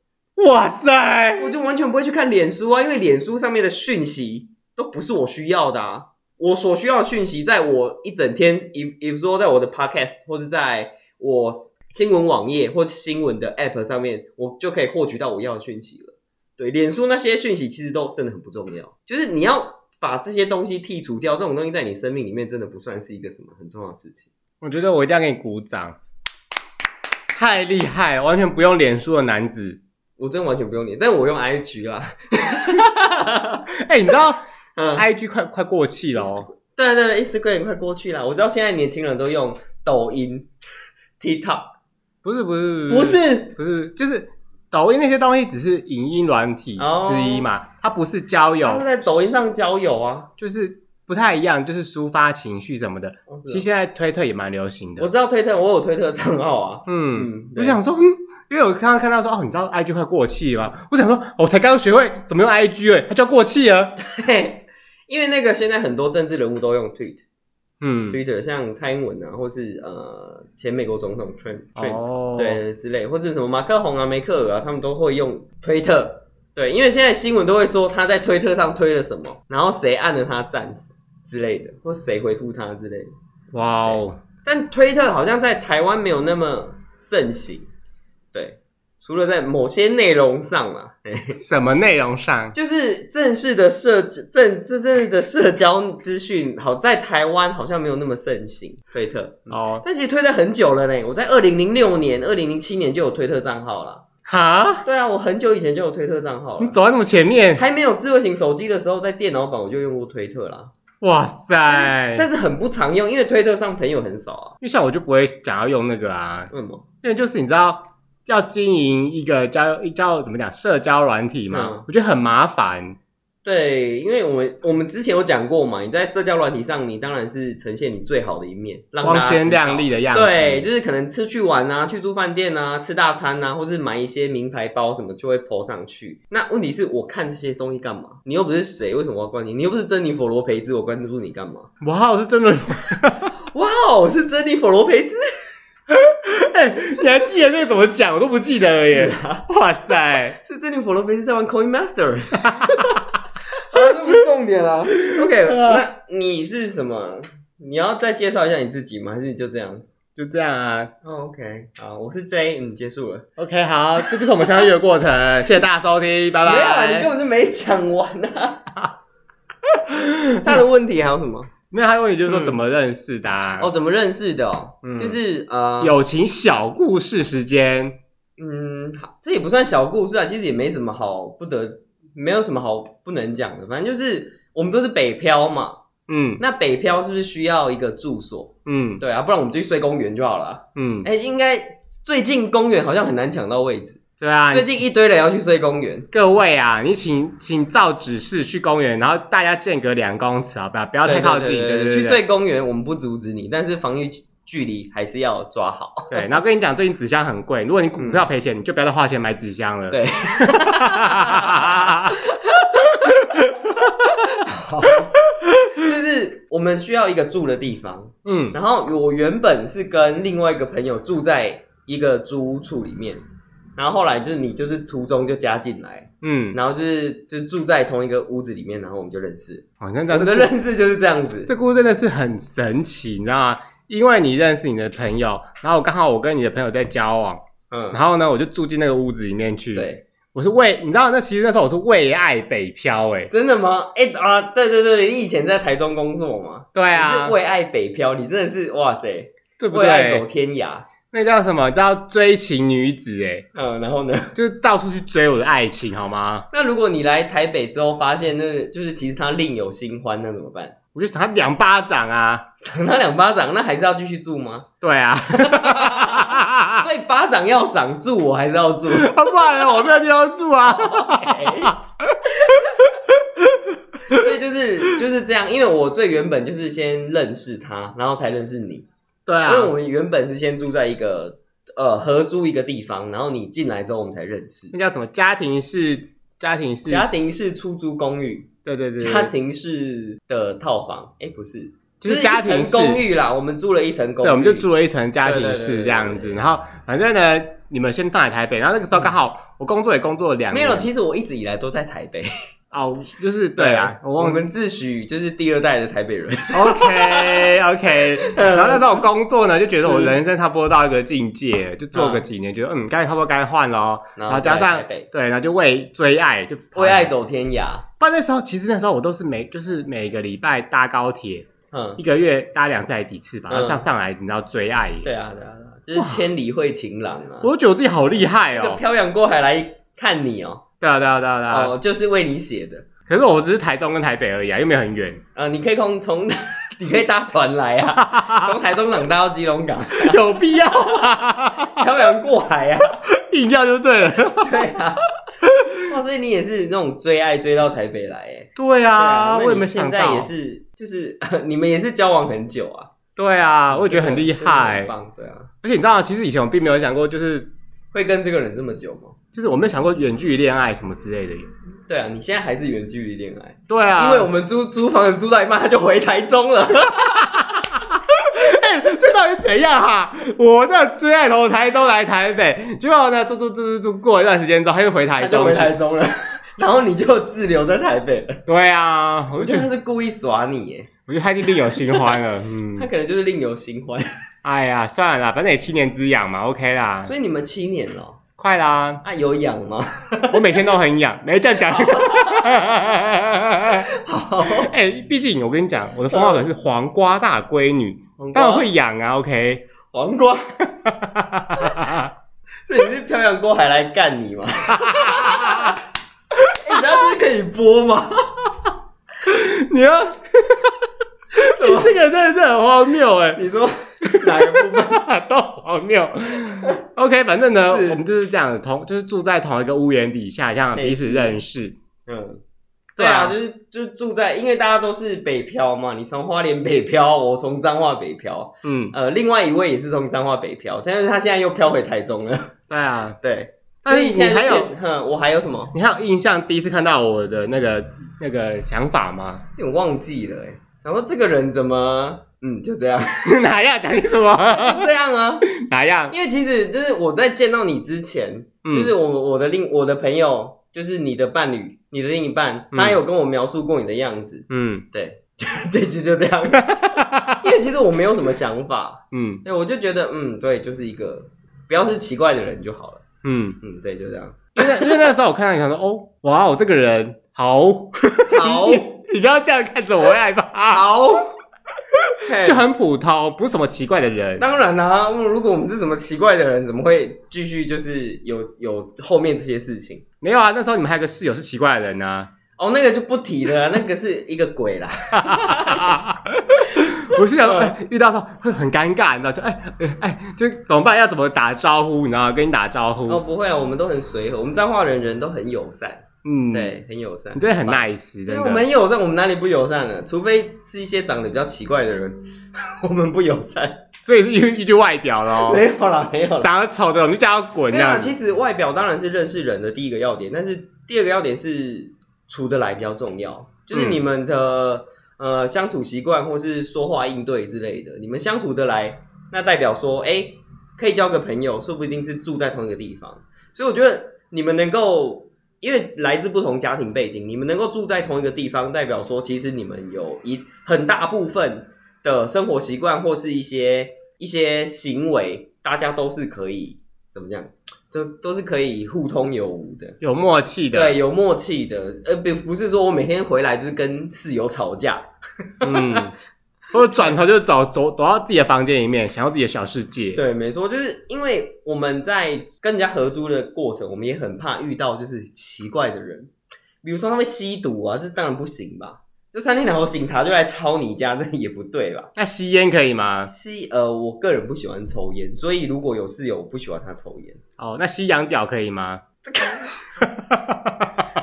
[SPEAKER 1] 哇塞
[SPEAKER 2] 我！就完全不会去看脸书啊，因为脸书上面的讯息都不是我需要的啊。我所需要的讯息，在我一整天，比比如说在我的 podcast 或是在我新闻网页或新闻的 app 上面，我就可以获取到我要的讯息了。对，脸书那些讯息其实都真的很不重要，就是你要把这些东西剔除掉，这种东西在你生命里面真的不算是一个什么很重要的事情。
[SPEAKER 1] 我觉得我一定要给你鼓掌，太厉害，完全不用脸书的男子。
[SPEAKER 2] 我真的完全不用脸，但我用 IG 啦。
[SPEAKER 1] 哎、你知 道
[SPEAKER 2] 嗯，
[SPEAKER 1] IG 快快过气了哦。
[SPEAKER 2] 对啊对对，Instagram 也快过去了。我知道现在年轻人都用抖音、TikTok，
[SPEAKER 1] 不是不是
[SPEAKER 2] 不是
[SPEAKER 1] 不是，就是抖音那些东西只是影音软体
[SPEAKER 2] 哦
[SPEAKER 1] 之一嘛，它不是交
[SPEAKER 2] 他们
[SPEAKER 1] 友，
[SPEAKER 2] 在抖音上交友啊。
[SPEAKER 1] 就是不太一样，就是抒发情绪什么的。
[SPEAKER 2] 哦是
[SPEAKER 1] 其
[SPEAKER 2] 哦
[SPEAKER 1] 实现在推特也蛮流行
[SPEAKER 2] 我
[SPEAKER 1] 的，
[SPEAKER 2] 知道推特，我有推特账号啊。
[SPEAKER 1] 嗯。
[SPEAKER 2] 嗯，
[SPEAKER 1] 我
[SPEAKER 2] 对
[SPEAKER 1] 想说，嗯，因为我刚刚看到说，哦，你知道 IG 快过气了吗？我想说，哦我才刚学会怎么用 IG，哎、它就要过气了。
[SPEAKER 2] 嘿因为那个现在很多政治人物都用 Tweet、
[SPEAKER 1] 嗯，
[SPEAKER 2] Twitter，像蔡英文啊，或是呃前美国总统 Trump Trump，、
[SPEAKER 1] 哦，
[SPEAKER 2] 对之类，或是什么马克宏啊、梅克尔啊，他们都会用推特。对，因为现在新闻都会说他在推特上推了什么，然后谁按了他赞之类的，或谁回复他之类的。
[SPEAKER 1] 哇哦，
[SPEAKER 2] 但推特好像在台湾没有那么盛行，对，除了在某些内容上啦，嘿嘿
[SPEAKER 1] 什么内容上？
[SPEAKER 2] 就是正式的社正正正的社交资讯，好在台湾好像没有那么盛行推特。嗯
[SPEAKER 1] 哦，
[SPEAKER 2] 但其实推特很久了呢，我在二零零六年、二零零七年就有推特账号啦。
[SPEAKER 1] 哈，
[SPEAKER 2] 对啊，我很久以前就有推特账号
[SPEAKER 1] 你
[SPEAKER 2] 了，
[SPEAKER 1] 走在那么前面，
[SPEAKER 2] 还没有智慧型手机的时候，在电脑版我就用过推特啦，
[SPEAKER 1] 哇塞！
[SPEAKER 2] 但是很不常用，因为推特上朋友很少啊。
[SPEAKER 1] 因为像我就不会想要用那个啊，
[SPEAKER 2] 为什么？
[SPEAKER 1] 因为就是你知道要经营一个交叫怎么讲社交软体嘛，
[SPEAKER 2] 嗯
[SPEAKER 1] 我觉得很麻烦。
[SPEAKER 2] 对，因为我们我们之前有讲过嘛，你在社交软体上，你当然是呈现你最好的一面，让大
[SPEAKER 1] 光
[SPEAKER 2] 家
[SPEAKER 1] 鲜
[SPEAKER 2] 知道
[SPEAKER 1] 亮丽。的样子，
[SPEAKER 2] 对，，就是可能出去玩啊，去住饭店啊，吃大餐啊，或是买一些名牌包什么，就会 po 上去。那问题是我看这些东西干嘛？你又不是谁，为什么我要关注你？你又不是珍妮佛罗培兹，我关注你干嘛？
[SPEAKER 1] 哇，我是真的，
[SPEAKER 2] 哇哦，是珍妮佛罗培兹，
[SPEAKER 1] 哎、你还记得那个怎么讲？我都不记得了耶！
[SPEAKER 2] 啊
[SPEAKER 1] 哇塞，
[SPEAKER 2] 是珍妮佛罗菲斯在玩 Coin Master。啊，这不是重点啦。OK，那
[SPEAKER 1] 啊
[SPEAKER 2] 你是什么？你要再介绍一下你自己吗？还是你就这样？
[SPEAKER 1] 就这样啊。
[SPEAKER 2] 哦、o k 好，我是 J，嗯，结束了。
[SPEAKER 1] OK，好，这就是我们相遇的过程。谢谢大家收听，拜拜。
[SPEAKER 2] 没有啊，你根本就没讲完啊。他的问题还有什么？
[SPEAKER 1] 没有，他的问题就是说
[SPEAKER 2] 嗯
[SPEAKER 1] 怎么认识的、啊
[SPEAKER 2] 哦，怎么认识的、哦？
[SPEAKER 1] 嗯
[SPEAKER 2] 就是呃，
[SPEAKER 1] 友情小故事时间，
[SPEAKER 2] 嗯，好这也不算小故事啊，其实也没什么好不得，没有什么好不能讲的。反正就是我们都是北漂嘛，
[SPEAKER 1] 嗯
[SPEAKER 2] 那北漂是不是需要一个住所？
[SPEAKER 1] 嗯
[SPEAKER 2] 对啊，不然我们就去睡公园就好了。
[SPEAKER 1] 嗯，
[SPEAKER 2] 哎、应该最近公园好像很难抢到位置，
[SPEAKER 1] 对啊，
[SPEAKER 2] 最近一堆人要去睡公园。
[SPEAKER 1] 各位啊，你请请照指示去公园，然后大家间隔两公尺，好不好？不啊要太靠近，对对
[SPEAKER 2] 去。睡公园我们不阻止你，但是防御距离还是要抓好。
[SPEAKER 1] 对，然后跟你讲，最近纸箱很贵，如果你股票赔钱，你就不要再花钱买纸箱了。
[SPEAKER 2] 对，就是我们需要一个住的地方，
[SPEAKER 1] 嗯
[SPEAKER 2] 然后我原本是跟另外一个朋友住在一个租屋处里面，然后后来就是你就是途中就加进来，
[SPEAKER 1] 嗯，
[SPEAKER 2] 然后就是就住在同一个屋子里面，然后我们就认识，
[SPEAKER 1] 好像
[SPEAKER 2] 我
[SPEAKER 1] 这
[SPEAKER 2] 们的
[SPEAKER 1] 这
[SPEAKER 2] 认识就是这样子。
[SPEAKER 1] 这故事真的是很神奇，你知道吗？因为你认识你的朋友，然后刚好我跟你的朋友在交往，
[SPEAKER 2] 嗯，
[SPEAKER 1] 然后呢，我就住进那个屋子里面去。，
[SPEAKER 2] 对，
[SPEAKER 1] 我是为你知道，那其实那时候我是为爱北漂、欸，哎，
[SPEAKER 2] 真的吗？哎、啊，对对对，你以前在台中工作吗？
[SPEAKER 1] 对
[SPEAKER 2] 你
[SPEAKER 1] 啊
[SPEAKER 2] 是，为爱北漂，你真的是哇塞，
[SPEAKER 1] 对不
[SPEAKER 2] 为爱
[SPEAKER 1] 对？
[SPEAKER 2] 走天涯。
[SPEAKER 1] 那叫什么？你知道追情女子、欸，哎，
[SPEAKER 2] 嗯，然后呢？
[SPEAKER 1] 就是到处去追我的爱情，好吗？
[SPEAKER 2] 那如果你来台北之后发现，那就是其实他另有新欢，那怎么办？
[SPEAKER 1] 我就赏他两巴掌啊！
[SPEAKER 2] 赏他两巴掌，那还是要继续住吗？
[SPEAKER 1] 对啊，
[SPEAKER 2] 所以巴掌要赏住，我还是要住。
[SPEAKER 1] 不然呢我没有地方住啊。
[SPEAKER 2] 所以就是就是这样，因为我最原本就是先认识他，然后才认识你。
[SPEAKER 1] 对啊
[SPEAKER 2] 因，为我们原本是先住在一个呃合租一个地方，然后你进来之后我们才认识。
[SPEAKER 1] 那叫什么家庭式？家庭式？
[SPEAKER 2] 家庭式出租公寓，
[SPEAKER 1] 对对对，对
[SPEAKER 2] 家庭式的套房，哎、不是，
[SPEAKER 1] 就是
[SPEAKER 2] 一
[SPEAKER 1] 家庭
[SPEAKER 2] 层
[SPEAKER 1] 式
[SPEAKER 2] 公寓啦。我们住了一层公寓，
[SPEAKER 1] 对，我们就住了一层家庭
[SPEAKER 2] 对对对对
[SPEAKER 1] 式
[SPEAKER 2] 对
[SPEAKER 1] 这样子。
[SPEAKER 2] 对
[SPEAKER 1] 然后反正呢，你们先到来台北，然后那个时候刚好我工作也工作了两
[SPEAKER 2] 没
[SPEAKER 1] 年，
[SPEAKER 2] 有。其实我一直以来都在台北。
[SPEAKER 1] 哦，就是对啊，我
[SPEAKER 2] 我
[SPEAKER 1] 忘了。
[SPEAKER 2] 们自诩就是第二代的台北人。
[SPEAKER 1] OK OK，然后那时候我工作呢，就觉得我
[SPEAKER 2] 嗯是
[SPEAKER 1] 人生差不多到一个境界，就做个几年，觉得嗯，该差不多该换咯。
[SPEAKER 2] 然
[SPEAKER 1] 然
[SPEAKER 2] 后
[SPEAKER 1] 后加
[SPEAKER 2] 在台
[SPEAKER 1] 上
[SPEAKER 2] 北
[SPEAKER 1] 对，然后就为追爱，就
[SPEAKER 2] 为爱。走天涯。
[SPEAKER 1] 不然那时候其实那时候我都是每就是每个礼拜搭高铁，
[SPEAKER 2] 嗯
[SPEAKER 1] 一，个月搭两次还几次吧，
[SPEAKER 2] 嗯
[SPEAKER 1] 然后上上来你知道追爱耶，
[SPEAKER 2] 对啊，对啊，对啊，就是千里会情郎啊。
[SPEAKER 1] 我都觉得我自己好厉害
[SPEAKER 2] 这个
[SPEAKER 1] 哦。
[SPEAKER 2] 漂洋过海来看你哦，
[SPEAKER 1] 对啊对啊对啊对啊，
[SPEAKER 2] 哦，就是为你写的。
[SPEAKER 1] 可是我只是台中跟台北而已啊，又没有很 远，
[SPEAKER 2] 啊，你可以从从 你可以搭船来啊， 从台中港搭到基隆港，
[SPEAKER 1] 有必要 吗？
[SPEAKER 2] 漂洋过海啊。
[SPEAKER 1] 硬要就对了。
[SPEAKER 2] 对啊，哇，所以你也是那种追爱追到台北来哎。
[SPEAKER 1] 对
[SPEAKER 2] 对
[SPEAKER 1] 啊，
[SPEAKER 2] 啊，
[SPEAKER 1] 我
[SPEAKER 2] 那
[SPEAKER 1] 也
[SPEAKER 2] 你
[SPEAKER 1] 没
[SPEAKER 2] 现
[SPEAKER 1] 想
[SPEAKER 2] 在
[SPEAKER 1] 到
[SPEAKER 2] 也。是，就是 你们也是交往很久啊。
[SPEAKER 1] 对啊，我也觉得很厉
[SPEAKER 2] 真的很
[SPEAKER 1] 害。
[SPEAKER 2] 棒。对啊，
[SPEAKER 1] 而且你知道，其实以前我并没有想过，就是
[SPEAKER 2] 会跟这个人这么久吗？
[SPEAKER 1] 就是我没有想过远距离恋爱什么之类的耶。
[SPEAKER 2] 对啊，你现在还是远距离恋爱。
[SPEAKER 1] 对啊，
[SPEAKER 2] 因为我们租租房子租到一半，他就回台 中了。
[SPEAKER 1] 这到底怎样哈、我的最爱从台中来台北，结果呢，住住住住住，过一段时间之后，他又回台
[SPEAKER 2] 他就
[SPEAKER 1] 中
[SPEAKER 2] 回
[SPEAKER 1] 去。
[SPEAKER 2] 台 中了，然后你就滞留在台北了。
[SPEAKER 1] 对啊，我
[SPEAKER 2] 我
[SPEAKER 1] 就
[SPEAKER 2] 觉
[SPEAKER 1] 觉
[SPEAKER 2] 得他
[SPEAKER 1] 得，
[SPEAKER 2] 是故意耍你耶，
[SPEAKER 1] 我觉得他一定有新欢了。嗯
[SPEAKER 2] 他，可能就是另有新欢。
[SPEAKER 1] 哎呀，算了啦，反正也七年之痒嘛，OK 啦，
[SPEAKER 2] 所以你们七年了哦，
[SPEAKER 1] 快啦，
[SPEAKER 2] 啊有养吗？
[SPEAKER 1] 我每天都很 痒，没这样讲。
[SPEAKER 2] 好，
[SPEAKER 1] 哎、毕竟我跟你讲，我的封号可是黄瓜大闺女，
[SPEAKER 2] 黄
[SPEAKER 1] 当然
[SPEAKER 2] 瓜，
[SPEAKER 1] 会痒啊，OK。
[SPEAKER 2] 黄瓜。所以你是漂洋过海来干你 吗？哎你知道这是可以播吗？
[SPEAKER 1] 你要，你
[SPEAKER 2] 什 么？
[SPEAKER 1] 这个真的是很荒谬哎、
[SPEAKER 2] 你说哪个部分？
[SPEAKER 1] 都荒谬。OK，反正呢，
[SPEAKER 2] 是
[SPEAKER 1] 我们就是这样的同，就是住在同一个屋檐底下，这样彼此认识。
[SPEAKER 2] 嗯，对啊，
[SPEAKER 1] 对
[SPEAKER 2] 就是就住在，因为大家都是北漂嘛，你从花莲北漂，我从彰化北漂，
[SPEAKER 1] 嗯，
[SPEAKER 2] 呃，另外一位也是从彰化北漂，但是他现在又漂回台中了。
[SPEAKER 1] 对啊。
[SPEAKER 2] 对，
[SPEAKER 1] 但
[SPEAKER 2] 所
[SPEAKER 1] 是
[SPEAKER 2] 以
[SPEAKER 1] 你
[SPEAKER 2] 现在
[SPEAKER 1] 还
[SPEAKER 2] 就
[SPEAKER 1] 有，
[SPEAKER 2] 变，哼，我还有什么？
[SPEAKER 1] 你还有印象第一次看到我的那个那个想法吗？
[SPEAKER 2] 有点忘记了、欸，哎，想说这个人怎么，嗯，就这样，
[SPEAKER 1] 哪样？讲你什 么？
[SPEAKER 2] 这样啊。
[SPEAKER 1] 哪样？
[SPEAKER 2] 因为其实就是我在见到你之前，
[SPEAKER 1] 嗯
[SPEAKER 2] 就是我我的另我的朋友，就是你的伴侣，你的另一半，
[SPEAKER 1] 嗯
[SPEAKER 2] 他有跟我描述过你的样子，
[SPEAKER 1] 嗯
[SPEAKER 2] 对， 这句就这样。 因为其实我没有什么想法，
[SPEAKER 1] 嗯
[SPEAKER 2] 对，我就觉得嗯，对，就是一个不要是奇怪的人就好了，
[SPEAKER 1] 嗯，
[SPEAKER 2] 嗯，对，就这样。
[SPEAKER 1] 因为因为那时候我看到你想说，哦，哇，我这个人好，
[SPEAKER 2] 好
[SPEAKER 1] 你不要这样看着我，我会害怕，
[SPEAKER 2] 好，嘿
[SPEAKER 1] 就很普通，不是什么奇怪的人。
[SPEAKER 2] 当然啦、如果我们是什么奇怪的人，怎么会继续就是有有后面这些事情？
[SPEAKER 1] 没有啊，那时候你们还有个室友是奇怪的人啊呢、
[SPEAKER 2] 哦，那个就不提了，那个是一个 鬼啦。
[SPEAKER 1] 我是想说，哎遇到时候会很尴尬，你知道？就哎 哎哎，就怎么办？要怎么打招呼？你知道？跟你打招呼，
[SPEAKER 2] 哦，不会啊，我们都很随和，我们彰化人人都很友善，
[SPEAKER 1] 嗯，，
[SPEAKER 2] 对，很友善。
[SPEAKER 1] 你真的很
[SPEAKER 2] 棒。
[SPEAKER 1] nice，真
[SPEAKER 2] 对，
[SPEAKER 1] 的。
[SPEAKER 2] 我们很友善，我们哪里不友善了？除非是一些长得比较奇怪的人， 我们不友善。
[SPEAKER 1] 所以是依依据外表咯，
[SPEAKER 2] 没有啦，没有啦。
[SPEAKER 1] 长得丑的我们就叫他滚
[SPEAKER 2] 没
[SPEAKER 1] 这
[SPEAKER 2] 有啦，
[SPEAKER 1] 样。
[SPEAKER 2] 其实外表当然是认识人的第一个要点，但是第二个要点是处得来比较重要，就是
[SPEAKER 1] 嗯
[SPEAKER 2] 你们的、呃相处习惯或是说话应对之类的，你们相处得来，那代表说，哎、可以交个朋友，说不一定是住在同一个地方，所以我觉得你们能够。因为来自不同家庭背景，你们能够住在同一个地方，代表说其实你们有一很大部分的生活习惯或是一些一些行为，大家都是可以怎么讲，都都是可以互通有无的，
[SPEAKER 1] 有默契的，
[SPEAKER 2] 对，有默契的。呃，不不是说我每天回来就是跟室友吵架，
[SPEAKER 1] 嗯，或者转头就走走躲到自己的房间里面，想要自己的小世界。
[SPEAKER 2] 对，没错，就是因为我们在跟人家合租的过程，我们也很怕遇到就是奇怪的人，比如说他会吸毒啊，这当然不行吧。就三天两头警察就来抄你家，这也不对吧？
[SPEAKER 1] 那吸烟可以吗？
[SPEAKER 2] 吸呃，我个人不喜欢抽烟，所以如果有室友，我不喜欢他抽烟。
[SPEAKER 1] 哦，那吸羊屌可以吗？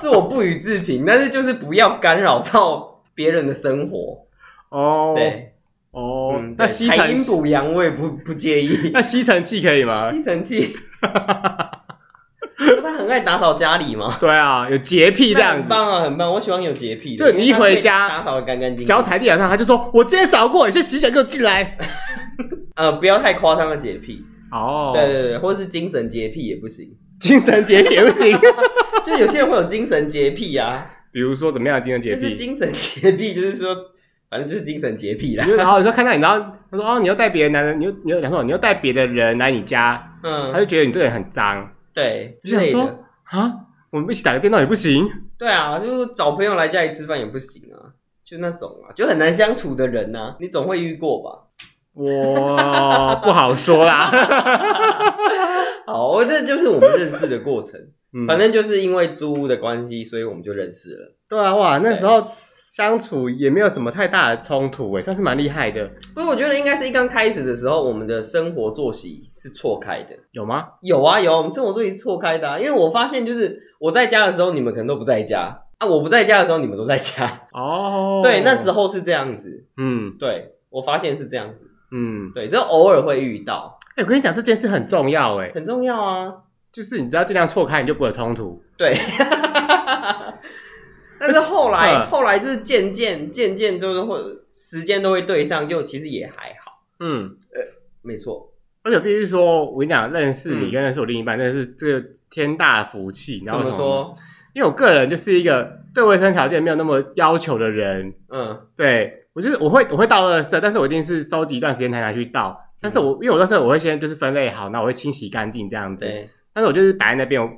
[SPEAKER 2] 是我不予置评，但是就是不要干扰到别人的生活。
[SPEAKER 1] 哦
[SPEAKER 2] 对，
[SPEAKER 1] 哦
[SPEAKER 2] 嗯，，
[SPEAKER 1] 那
[SPEAKER 2] 对
[SPEAKER 1] 吸
[SPEAKER 2] 采
[SPEAKER 1] 尘
[SPEAKER 2] 阴补阳，我也不不介意。
[SPEAKER 1] 那吸尘器可以吗？
[SPEAKER 2] 吸尘器， 他很爱打扫家里嘛，
[SPEAKER 1] 对啊，有洁癖这
[SPEAKER 2] 那
[SPEAKER 1] 样
[SPEAKER 2] 很
[SPEAKER 1] 子。
[SPEAKER 2] 棒啊，很棒。我喜欢有洁癖的，
[SPEAKER 1] 就你一回家
[SPEAKER 2] 因为他可以打扫的干干净净
[SPEAKER 1] 脚。踩地板上，他就说：“我之前扫过，你先洗脚给我进来。
[SPEAKER 2] 呃，不要太夸张的洁癖，”
[SPEAKER 1] 哦，
[SPEAKER 2] 对对对，或是精神洁癖也不行。
[SPEAKER 1] 精神洁癖也不 行。
[SPEAKER 2] 就有些人会有精神洁癖啊，
[SPEAKER 1] 比如说怎么样的精神洁
[SPEAKER 2] 就
[SPEAKER 1] 癖？
[SPEAKER 2] 是精神洁癖，就是说，反正就是精神洁癖啦
[SPEAKER 1] 你。就然后你说看到你，然后他说哦，你又带别的男人，你又你又然后你又带别的人来你家，他
[SPEAKER 2] 嗯，
[SPEAKER 1] 就觉得你这个人很脏，
[SPEAKER 2] 对，
[SPEAKER 1] 就
[SPEAKER 2] 之
[SPEAKER 1] 想
[SPEAKER 2] 类
[SPEAKER 1] 说
[SPEAKER 2] 的。
[SPEAKER 1] 啊，我们一起打个电动也不行，
[SPEAKER 2] 对啊，就是找朋友来家里吃饭也不行啊，就那种啊，就很难相处的人呐、你总会遇过吧？
[SPEAKER 1] 我不好说 啦。
[SPEAKER 2] 好，这就是我们认识的过程。
[SPEAKER 1] 嗯
[SPEAKER 2] 反正就是因为租屋的关系，所以我们就认识了。
[SPEAKER 1] 对啊，哇，那时候相处也没有什么太大的冲突，哎，算是蛮厉害的，
[SPEAKER 2] 不过我觉得应该是一刚开始的时候，我们的生活作息是错开的。
[SPEAKER 1] 有吗？
[SPEAKER 2] 有啊有啊，我们生活作息是错开的、啊，因为我发现就是我在家的时候，你们可能都不在家啊；我不在家的时候，你们都在家。
[SPEAKER 1] 哦，
[SPEAKER 2] 对，那时，候是这样子。
[SPEAKER 1] 嗯
[SPEAKER 2] 对，我发现是这样子。
[SPEAKER 1] 嗯，
[SPEAKER 2] 对，这偶尔会遇到，
[SPEAKER 1] 哎，我跟你讲这件事很重要，哎，
[SPEAKER 2] 很重要啊。
[SPEAKER 1] 就是你只要尽量错开，你就不会有冲突。
[SPEAKER 2] 对， 但是后来
[SPEAKER 1] 嗯
[SPEAKER 2] 后来就是渐渐渐渐都是会时间都会对上，就其实也还好，
[SPEAKER 1] 嗯，
[SPEAKER 2] 没错。
[SPEAKER 1] 而且必须说，我跟你讲，认识你
[SPEAKER 2] 嗯
[SPEAKER 1] 跟认识我另一半，真的是这个天大的福气，你知道
[SPEAKER 2] 怎
[SPEAKER 1] 为什
[SPEAKER 2] 么
[SPEAKER 1] 吗？
[SPEAKER 2] 说？
[SPEAKER 1] 因为我个人就是一个对卫生条件没有那么要求的人，
[SPEAKER 2] 嗯
[SPEAKER 1] 对我就是我会我会倒垃圾，但是我一定是收集一段时间才拿去倒。但是我因为我垃圾我会先就是分类好，那我会清洗干净这样子。
[SPEAKER 2] 嗯对，
[SPEAKER 1] 但是我就是摆在那边，我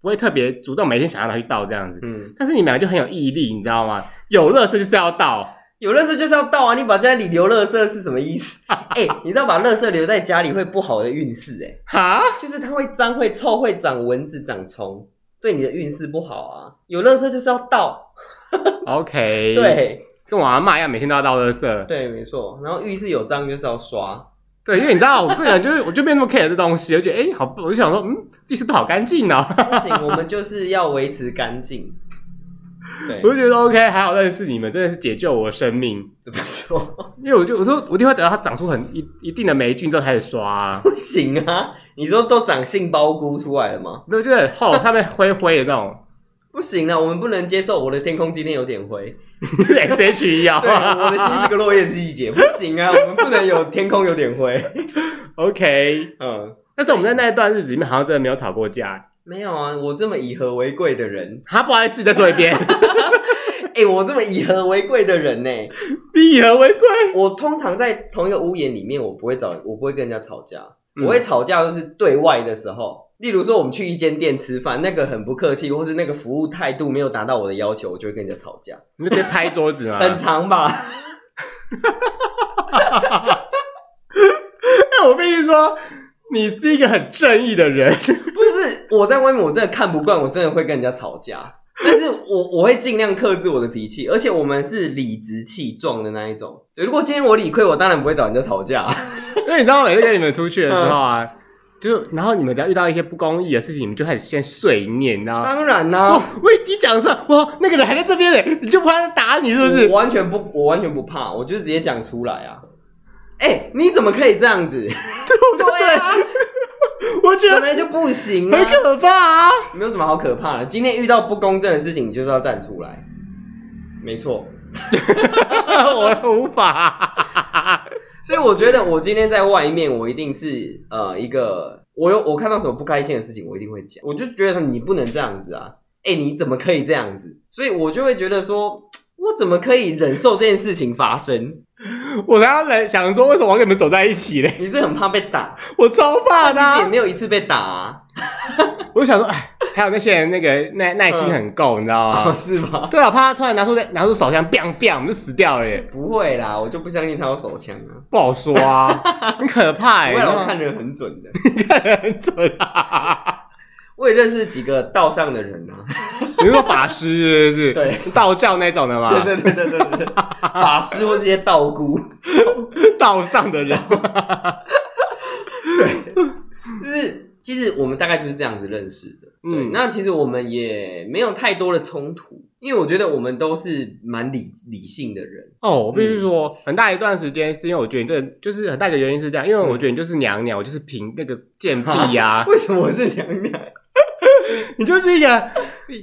[SPEAKER 1] 不会特别主动每天想要拿去倒这样子。
[SPEAKER 2] 嗯，
[SPEAKER 1] 但是你们俩就很有毅力，你知道吗？有垃圾就是要倒，
[SPEAKER 2] 有乐色就是要到啊！你把家里留乐色是什么意思？ 哎、你知道把乐色留在家里会不好的运势哎，
[SPEAKER 1] 哈，
[SPEAKER 2] 就是它会脏、会臭、会长蚊子、长虫，对你的运势不好啊。有乐色就是要到，
[SPEAKER 1] OK，，
[SPEAKER 2] 对
[SPEAKER 1] 跟我阿妈一样，每天都要倒垃圾。
[SPEAKER 2] 对，没错。然后浴室有脏就是要刷，
[SPEAKER 1] 对，因为你知道我这个人就是我就没有那么 care 这东西，我觉得哎、好，我就想说嗯，这次都好干净哦。
[SPEAKER 2] 不行，我们就是要维持干净。 对
[SPEAKER 1] 我，就觉得 OK，还好认识你们，真的是解救我的生命。
[SPEAKER 2] 怎么说？
[SPEAKER 1] 因为我就我说我一定会等到它长出很一一定的霉菌之后开始刷、啊，
[SPEAKER 2] 不行啊！你说都长杏鲍菇出来了吗？
[SPEAKER 1] 没有就是很厚，上面灰灰的那种，
[SPEAKER 2] 不行啊了，我们不能接受我的天空今天有点灰，
[SPEAKER 1] S H E
[SPEAKER 2] 对，我的心是
[SPEAKER 1] 啊
[SPEAKER 2] 个落叶季节，不行 啊，我们不能有天空有点灰。
[SPEAKER 1] ，OK。
[SPEAKER 2] 嗯，
[SPEAKER 1] 但是我们在那一段日子里面，好像真的没有吵过架。
[SPEAKER 2] 没有啊，我这么以和为贵的人，
[SPEAKER 1] 哈，不好意思，再说一 遍，
[SPEAKER 2] 哎、我这么以和为贵的人呢、
[SPEAKER 1] 你以和为贵。
[SPEAKER 2] 我通常在同一个屋檐里面，我不会找，我不会跟人家吵架。
[SPEAKER 1] 嗯
[SPEAKER 2] 我会吵架就是对外的时候，例如说我们去一间店吃饭，那个很不客气，或是那个服务态度没有达到我的要求，我就会跟人家吵架，
[SPEAKER 1] 你们直接拍桌子 吗？
[SPEAKER 2] 很长吧？
[SPEAKER 1] 那我必须说，你是一个很正义的人。
[SPEAKER 2] 不是，我在外面我真的看不惯，我真的会跟人家吵架。但是我我会尽量克制我的脾气，而且我们是理直气壮的那一种。对，如果今天我理亏，我当然不会找人家吵架。
[SPEAKER 1] 因为你知道，每次跟你们出去的时候
[SPEAKER 2] 嗯
[SPEAKER 1] 啊，就然后你们只要遇到一些不公义的事情，你们就开始先碎念，你知道吗？
[SPEAKER 2] 当然啦、啊
[SPEAKER 1] 哦，我一一讲出来，哇，那个人还在这边嘞，你就不怕他打你是不是
[SPEAKER 2] 我？完全不，我完全不怕，我就直接讲出来啊！哎、你怎么可以这样子？对啊，
[SPEAKER 1] 我觉
[SPEAKER 2] 本
[SPEAKER 1] 得
[SPEAKER 2] 来就不行啊
[SPEAKER 1] 很，可 怕啊！
[SPEAKER 2] 没有什么好可怕的。今天遇到不公正的事情，你就是要站出来，没错。
[SPEAKER 1] 我无法。
[SPEAKER 2] 所以我觉得我今天在外面，我一定是呃一个，我有我看到什么不开心的事情，我一定会讲。我就觉得你不能这样子啊！哎、你怎么可以这样子？所以我就会觉得说，我怎么可以忍受这件事情发生？
[SPEAKER 1] 我刚刚来想说，为什么我要跟你们走在一起嘞？
[SPEAKER 2] 你是很怕被打，
[SPEAKER 1] 我超怕的
[SPEAKER 2] 但是也
[SPEAKER 1] 啊、
[SPEAKER 2] 没有一次被打啊。
[SPEAKER 1] 我就想说，哎，还有那些人那个耐耐心很够，你知道
[SPEAKER 2] 哦，
[SPEAKER 1] 吗？
[SPEAKER 2] 是吗？
[SPEAKER 1] 对啊，怕他突然拿出拿出手枪，biang biang，我们就死掉了耶，
[SPEAKER 2] 不会啦，我就不相信他有手枪啊。
[SPEAKER 1] 不好说啊，很可怕耶。
[SPEAKER 2] 不会啦，我
[SPEAKER 1] 你知
[SPEAKER 2] 看人很准的。
[SPEAKER 1] 道吗看得 很准啊。
[SPEAKER 2] 我也认识几个道上的人 啊。
[SPEAKER 1] 你是说法师是不是？
[SPEAKER 2] 对，
[SPEAKER 1] 道教那种的吗？
[SPEAKER 2] 对对对对对 对，法师或这些道姑，
[SPEAKER 1] 道上的 人。
[SPEAKER 2] 就是其实我们大概就是这样子认识的。嗯，
[SPEAKER 1] 嗯
[SPEAKER 2] 那其实我们也没有太多的冲突，因为我觉得我们都是蛮理理性的人。
[SPEAKER 1] 哦，我必须说，很大一段时间是因为我觉得你这个就是很大一个原因是这样，因为
[SPEAKER 2] 嗯
[SPEAKER 1] 我觉得你就是娘娘，我就是凭那个贱婢 呀、
[SPEAKER 2] 为什么我是娘娘？
[SPEAKER 1] 你就是一个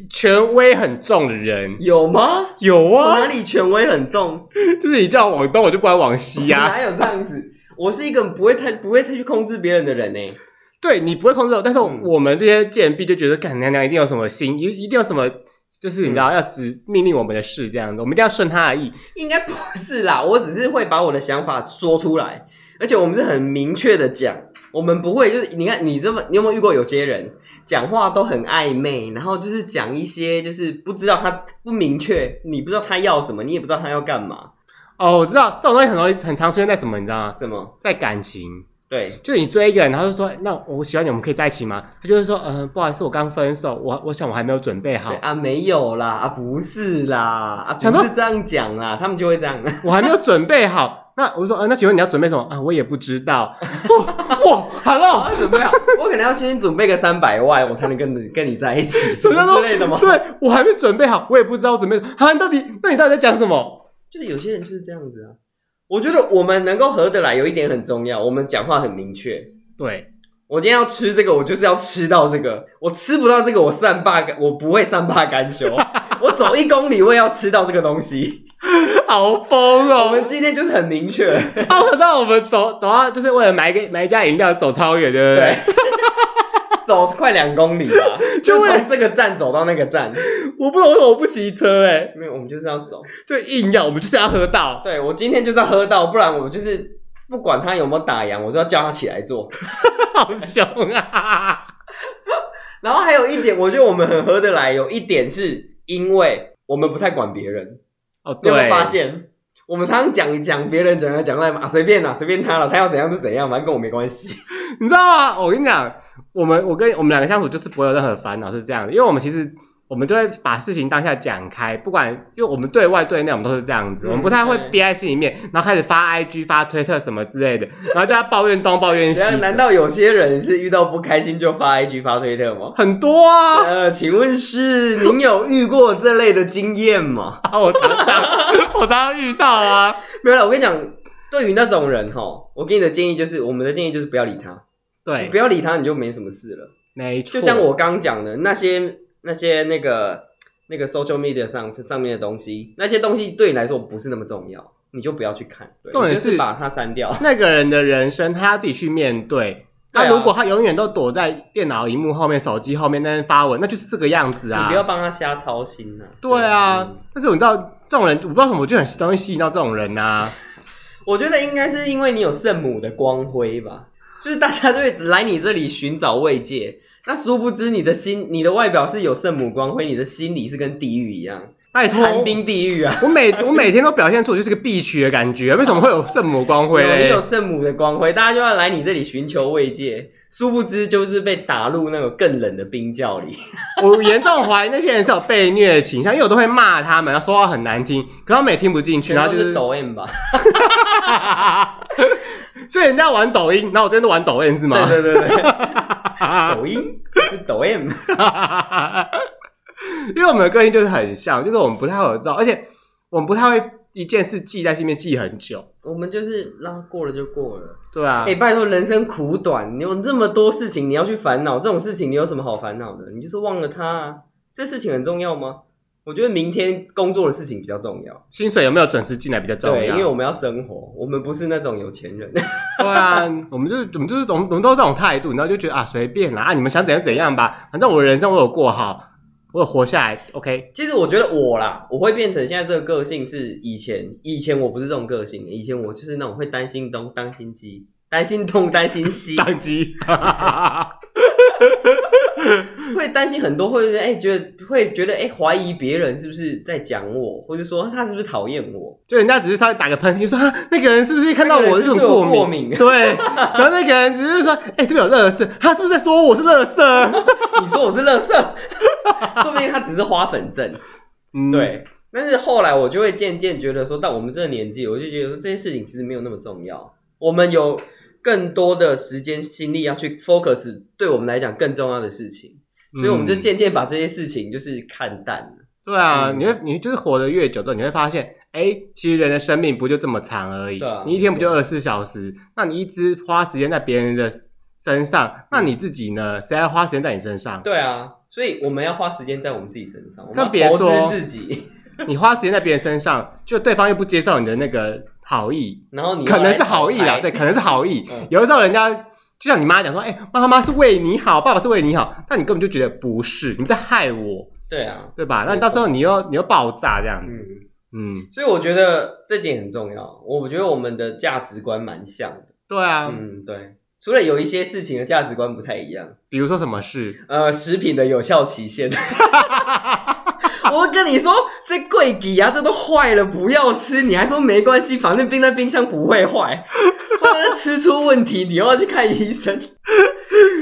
[SPEAKER 1] 权威很重的人。
[SPEAKER 2] 有吗？
[SPEAKER 1] 有
[SPEAKER 2] 我
[SPEAKER 1] 啊
[SPEAKER 2] 哪，里权威很重？
[SPEAKER 1] 就是你叫我往东，我就不敢往西啊呀、
[SPEAKER 2] 哪有这样子？我是一个不会太不会太去控制别人的人呢、
[SPEAKER 1] 对你不会控制我，但是我
[SPEAKER 2] 嗯
[SPEAKER 1] 我们这些贱婢就觉得，干娘娘一定有什么心，一一定有什么，就是你知道、
[SPEAKER 2] 嗯
[SPEAKER 1] 要指命令我们的事这样子，我们一定要顺她的意。
[SPEAKER 2] 应该不是啦，我只是会把我的想法说出来，而且我们是很明确的讲，我们不会就是你看你这么，你有没有遇过有些人讲话都很暧昧，然后就是讲一些就是不知道他不明确，你不知道他要什么，你也不知道他要干嘛，
[SPEAKER 1] 哦，我知道这种东西很容易很常出现在什么，你知道吗？
[SPEAKER 2] 什么？
[SPEAKER 1] 在感情。
[SPEAKER 2] 对，
[SPEAKER 1] 就是你追一个人，然后就说：“那我喜欢你，我们可以在一起吗？”他就会说：“嗯、不好意思，我刚分手，我我想我还没有准备好
[SPEAKER 2] 对，啊，没有啦，啊不是啦，啊
[SPEAKER 1] 想
[SPEAKER 2] 不
[SPEAKER 1] 说
[SPEAKER 2] 是这样讲啦，他们就会这 样。
[SPEAKER 1] 我还没有准备好。”那我就说：“呃，那请问你要准备什么啊？我也不知道。哇”哇
[SPEAKER 2] 我
[SPEAKER 1] ，Hello，
[SPEAKER 2] 要准备好， 我可能要先准备个三百万，我才能跟你 跟你在一起，什
[SPEAKER 1] 什么叫
[SPEAKER 2] 么
[SPEAKER 1] 做
[SPEAKER 2] 之类的吗？
[SPEAKER 1] 对我还没准备好，我也不知道我准备啊。你到底那你到底在讲什么？
[SPEAKER 2] 就是有些人就是这样子啊。我觉得我们能够合得来，有一点很重要。我们讲话很明确。
[SPEAKER 1] 对，
[SPEAKER 2] 我今天要吃这个，我就是要吃到这个。我吃不到这个，我善罢甘，我不会善罢 甘休。我走一公里，我也要吃到这个东西。
[SPEAKER 1] 好疯哦！
[SPEAKER 2] 我 们今天就是很明确，
[SPEAKER 1] 啊，我知道我们走走到就是为了买一个买一家饮料走超远，对不
[SPEAKER 2] 对， 走快两公里吧，就
[SPEAKER 1] 就为了
[SPEAKER 2] 从这个站走到那个站。
[SPEAKER 1] 我不懂为什么我不骑车哎、
[SPEAKER 2] 没有，我们就是要走。
[SPEAKER 1] 就硬要我们就是要喝到。
[SPEAKER 2] 对我今天就是要喝到，不然我就是不管他有没有打烊，我就要叫他起来做。
[SPEAKER 1] 好凶啊！
[SPEAKER 2] 然后还有一点，我觉得我们很合得来，有一点是因为我们不太管别人。
[SPEAKER 1] 哦，对，
[SPEAKER 2] 你有没有发现？我们常常讲讲别人讲来讲来嘛，啊随便啦，随便他了，他要怎样就怎样，反正跟我没关系。
[SPEAKER 1] 你知道吗？我跟你讲，我们我跟我们两个相处就是不会有任何烦恼，是这样的，因为我们其实我们都会把事情当下讲开，不管因为我们对外对内我们都是这样子，
[SPEAKER 2] 嗯
[SPEAKER 1] 我们不太会
[SPEAKER 2] 对
[SPEAKER 1] 憋在心里面，然后开始发 IG 发推特什么之类的，然后就在抱怨东抱怨西
[SPEAKER 2] 然，后啊难道有些人是遇到不开心就发 IG 发推特吗？
[SPEAKER 1] 很多啊，
[SPEAKER 2] 呃，请问是您有遇过这类的经验吗？
[SPEAKER 1] 我常常 我常常遇到啊，
[SPEAKER 2] 没有啦，我跟你讲，对于那种人哈，我给你的建议就是，我们的建议就是不要理他，你
[SPEAKER 1] 对
[SPEAKER 2] 不，要理他，你就没什么事了。
[SPEAKER 1] 没错，
[SPEAKER 2] 就像我刚讲的，那些那些那个那个 social media 上上面的东西，那些东西对你来说不是那么重要，你就不要去看。对
[SPEAKER 1] 重点
[SPEAKER 2] 你就是把它删 掉。
[SPEAKER 1] 那个人的人生，他要自己去面对。
[SPEAKER 2] 对
[SPEAKER 1] 那
[SPEAKER 2] 啊
[SPEAKER 1] 如果他永远都躲在电脑荧幕后面、手机后面那边发文，那就是这个样子
[SPEAKER 2] 你
[SPEAKER 1] 啊
[SPEAKER 2] 不。要帮他瞎操心呐、
[SPEAKER 1] 对啊
[SPEAKER 2] 嗯，
[SPEAKER 1] 但是我知道这种人，我不知道为什么，我就很容易吸引到这种人呐、啊。
[SPEAKER 2] 我觉得应该是因为你有圣母的光辉吧，就是大家就会来你这里寻找慰藉。那殊不知你的心，你的外表是有圣母光辉，你的心里是跟地狱一样，
[SPEAKER 1] 拜托，
[SPEAKER 2] 寒冰地狱啊！
[SPEAKER 1] 我每我每天都表现出我就是个必曲的感觉，为什么会有圣母光 辉
[SPEAKER 2] 有你
[SPEAKER 1] 嘞
[SPEAKER 2] 有？圣母的光辉，大家就要来你这里寻求慰藉，殊不知就是被打入那种更冷的冰窖里。
[SPEAKER 1] 我严重怀疑那些人是有被虐的倾向，因为我都会骂他们，然后说话很难听，可他们也听不进去，
[SPEAKER 2] 全
[SPEAKER 1] 然后
[SPEAKER 2] 都
[SPEAKER 1] 就是
[SPEAKER 2] 抖 M 吧？
[SPEAKER 1] 所以人家玩抖音，然后我这边都玩抖音是吗？
[SPEAKER 2] 对对对对， 抖音是抖 M，
[SPEAKER 1] 因为我们的个性就是很像，就是我们不太会有照，而且我们不太会一件事记在心里面记很久。
[SPEAKER 2] 我们就是让它过了就过了。
[SPEAKER 1] 对啊，
[SPEAKER 2] 哎、拜托，人生苦短，你有这么多事情你要去烦恼，这种事情你有什么好烦恼的？你就是忘了它、啊，这事情很重要吗？我觉得明天工作的事情比较重要，
[SPEAKER 1] 薪水有没有准时进来比较重要。
[SPEAKER 2] 对，因为我们要生活，我们不是那种有钱人，
[SPEAKER 1] 对啊，我们就是我们就是我们我们都是这种态度，然后就觉得啊随便啦，啊你们想怎样怎样吧，反正我的人生我有过好，我有活下来，OK。
[SPEAKER 2] 其实我觉得我啦，我会变成现在这个个性是以前，以前我不是这种个性，以前我就是那种会担心东担心西，担心东担心西，
[SPEAKER 1] 宕机，
[SPEAKER 2] 会担心很多，会哎、觉得会觉得哎怀、疑别人是不是在讲我，或者说他是不是讨厌我，
[SPEAKER 1] 就人家只是稍微打个喷嚏，说、啊、那个人是不是看到我有
[SPEAKER 2] 那
[SPEAKER 1] 种
[SPEAKER 2] 个人是不是对我
[SPEAKER 1] 敏？
[SPEAKER 2] 过敏
[SPEAKER 1] 对，然后那个人只是说，哎、这边有乐色，他是不是在说我是乐色？
[SPEAKER 2] 你说我是 乐色，说不定他只是花粉症。
[SPEAKER 1] 嗯，
[SPEAKER 2] 对，但是后来我就会渐渐觉得说，到我们这个年纪，我就觉得说这些事情其实没有那么重要，我们有更多的时间心力要去 focus 对我们来讲更重要的事情，所以我们就
[SPEAKER 1] 嗯
[SPEAKER 2] 渐渐把这些事情就是看淡了。
[SPEAKER 1] 对啊，
[SPEAKER 2] 嗯
[SPEAKER 1] 你会你就是活得越久之后，你会发现，哎、其实人的生命不就这么长而已，
[SPEAKER 2] 对啊
[SPEAKER 1] 你一天不就二十四小时？那你一直花时间在别人的身
[SPEAKER 2] 嗯
[SPEAKER 1] 上，那你自己呢？谁还花时间在你身上？
[SPEAKER 2] 对啊，所以我们要花时间在我们自己身上，我们
[SPEAKER 1] 更
[SPEAKER 2] 要
[SPEAKER 1] 别
[SPEAKER 2] 投
[SPEAKER 1] 说
[SPEAKER 2] 资自己，
[SPEAKER 1] 你花时间在别人身上，就对方又不接受你的那个好意，
[SPEAKER 2] 然后你
[SPEAKER 1] 可
[SPEAKER 2] 要
[SPEAKER 1] 能
[SPEAKER 2] 来
[SPEAKER 1] 是好意啦，
[SPEAKER 2] 讨拍
[SPEAKER 1] 对，可能是好意。
[SPEAKER 2] 嗯
[SPEAKER 1] 有的时候人家就像你妈讲说，哎、妈妈是为你好，爸爸是为你好，但你根本就觉得不是，你们在害我，
[SPEAKER 2] 对啊，
[SPEAKER 1] 对吧？
[SPEAKER 2] 没错
[SPEAKER 1] 那到时候你又你又爆炸这样子，
[SPEAKER 2] 嗯，
[SPEAKER 1] 嗯，
[SPEAKER 2] 所以我觉得这点很重要，我觉得我们的价值观蛮像的。
[SPEAKER 1] 对啊，
[SPEAKER 2] 嗯，对，除了有一些事情的价值观不太一样，
[SPEAKER 1] 比如说什么事，
[SPEAKER 2] 呃，食品的有效期限。我跟你说，这贵底啊，这都坏了，不要吃。你还说没关系，反正冰在冰箱不会坏。万一吃出问题，你又要去看医生。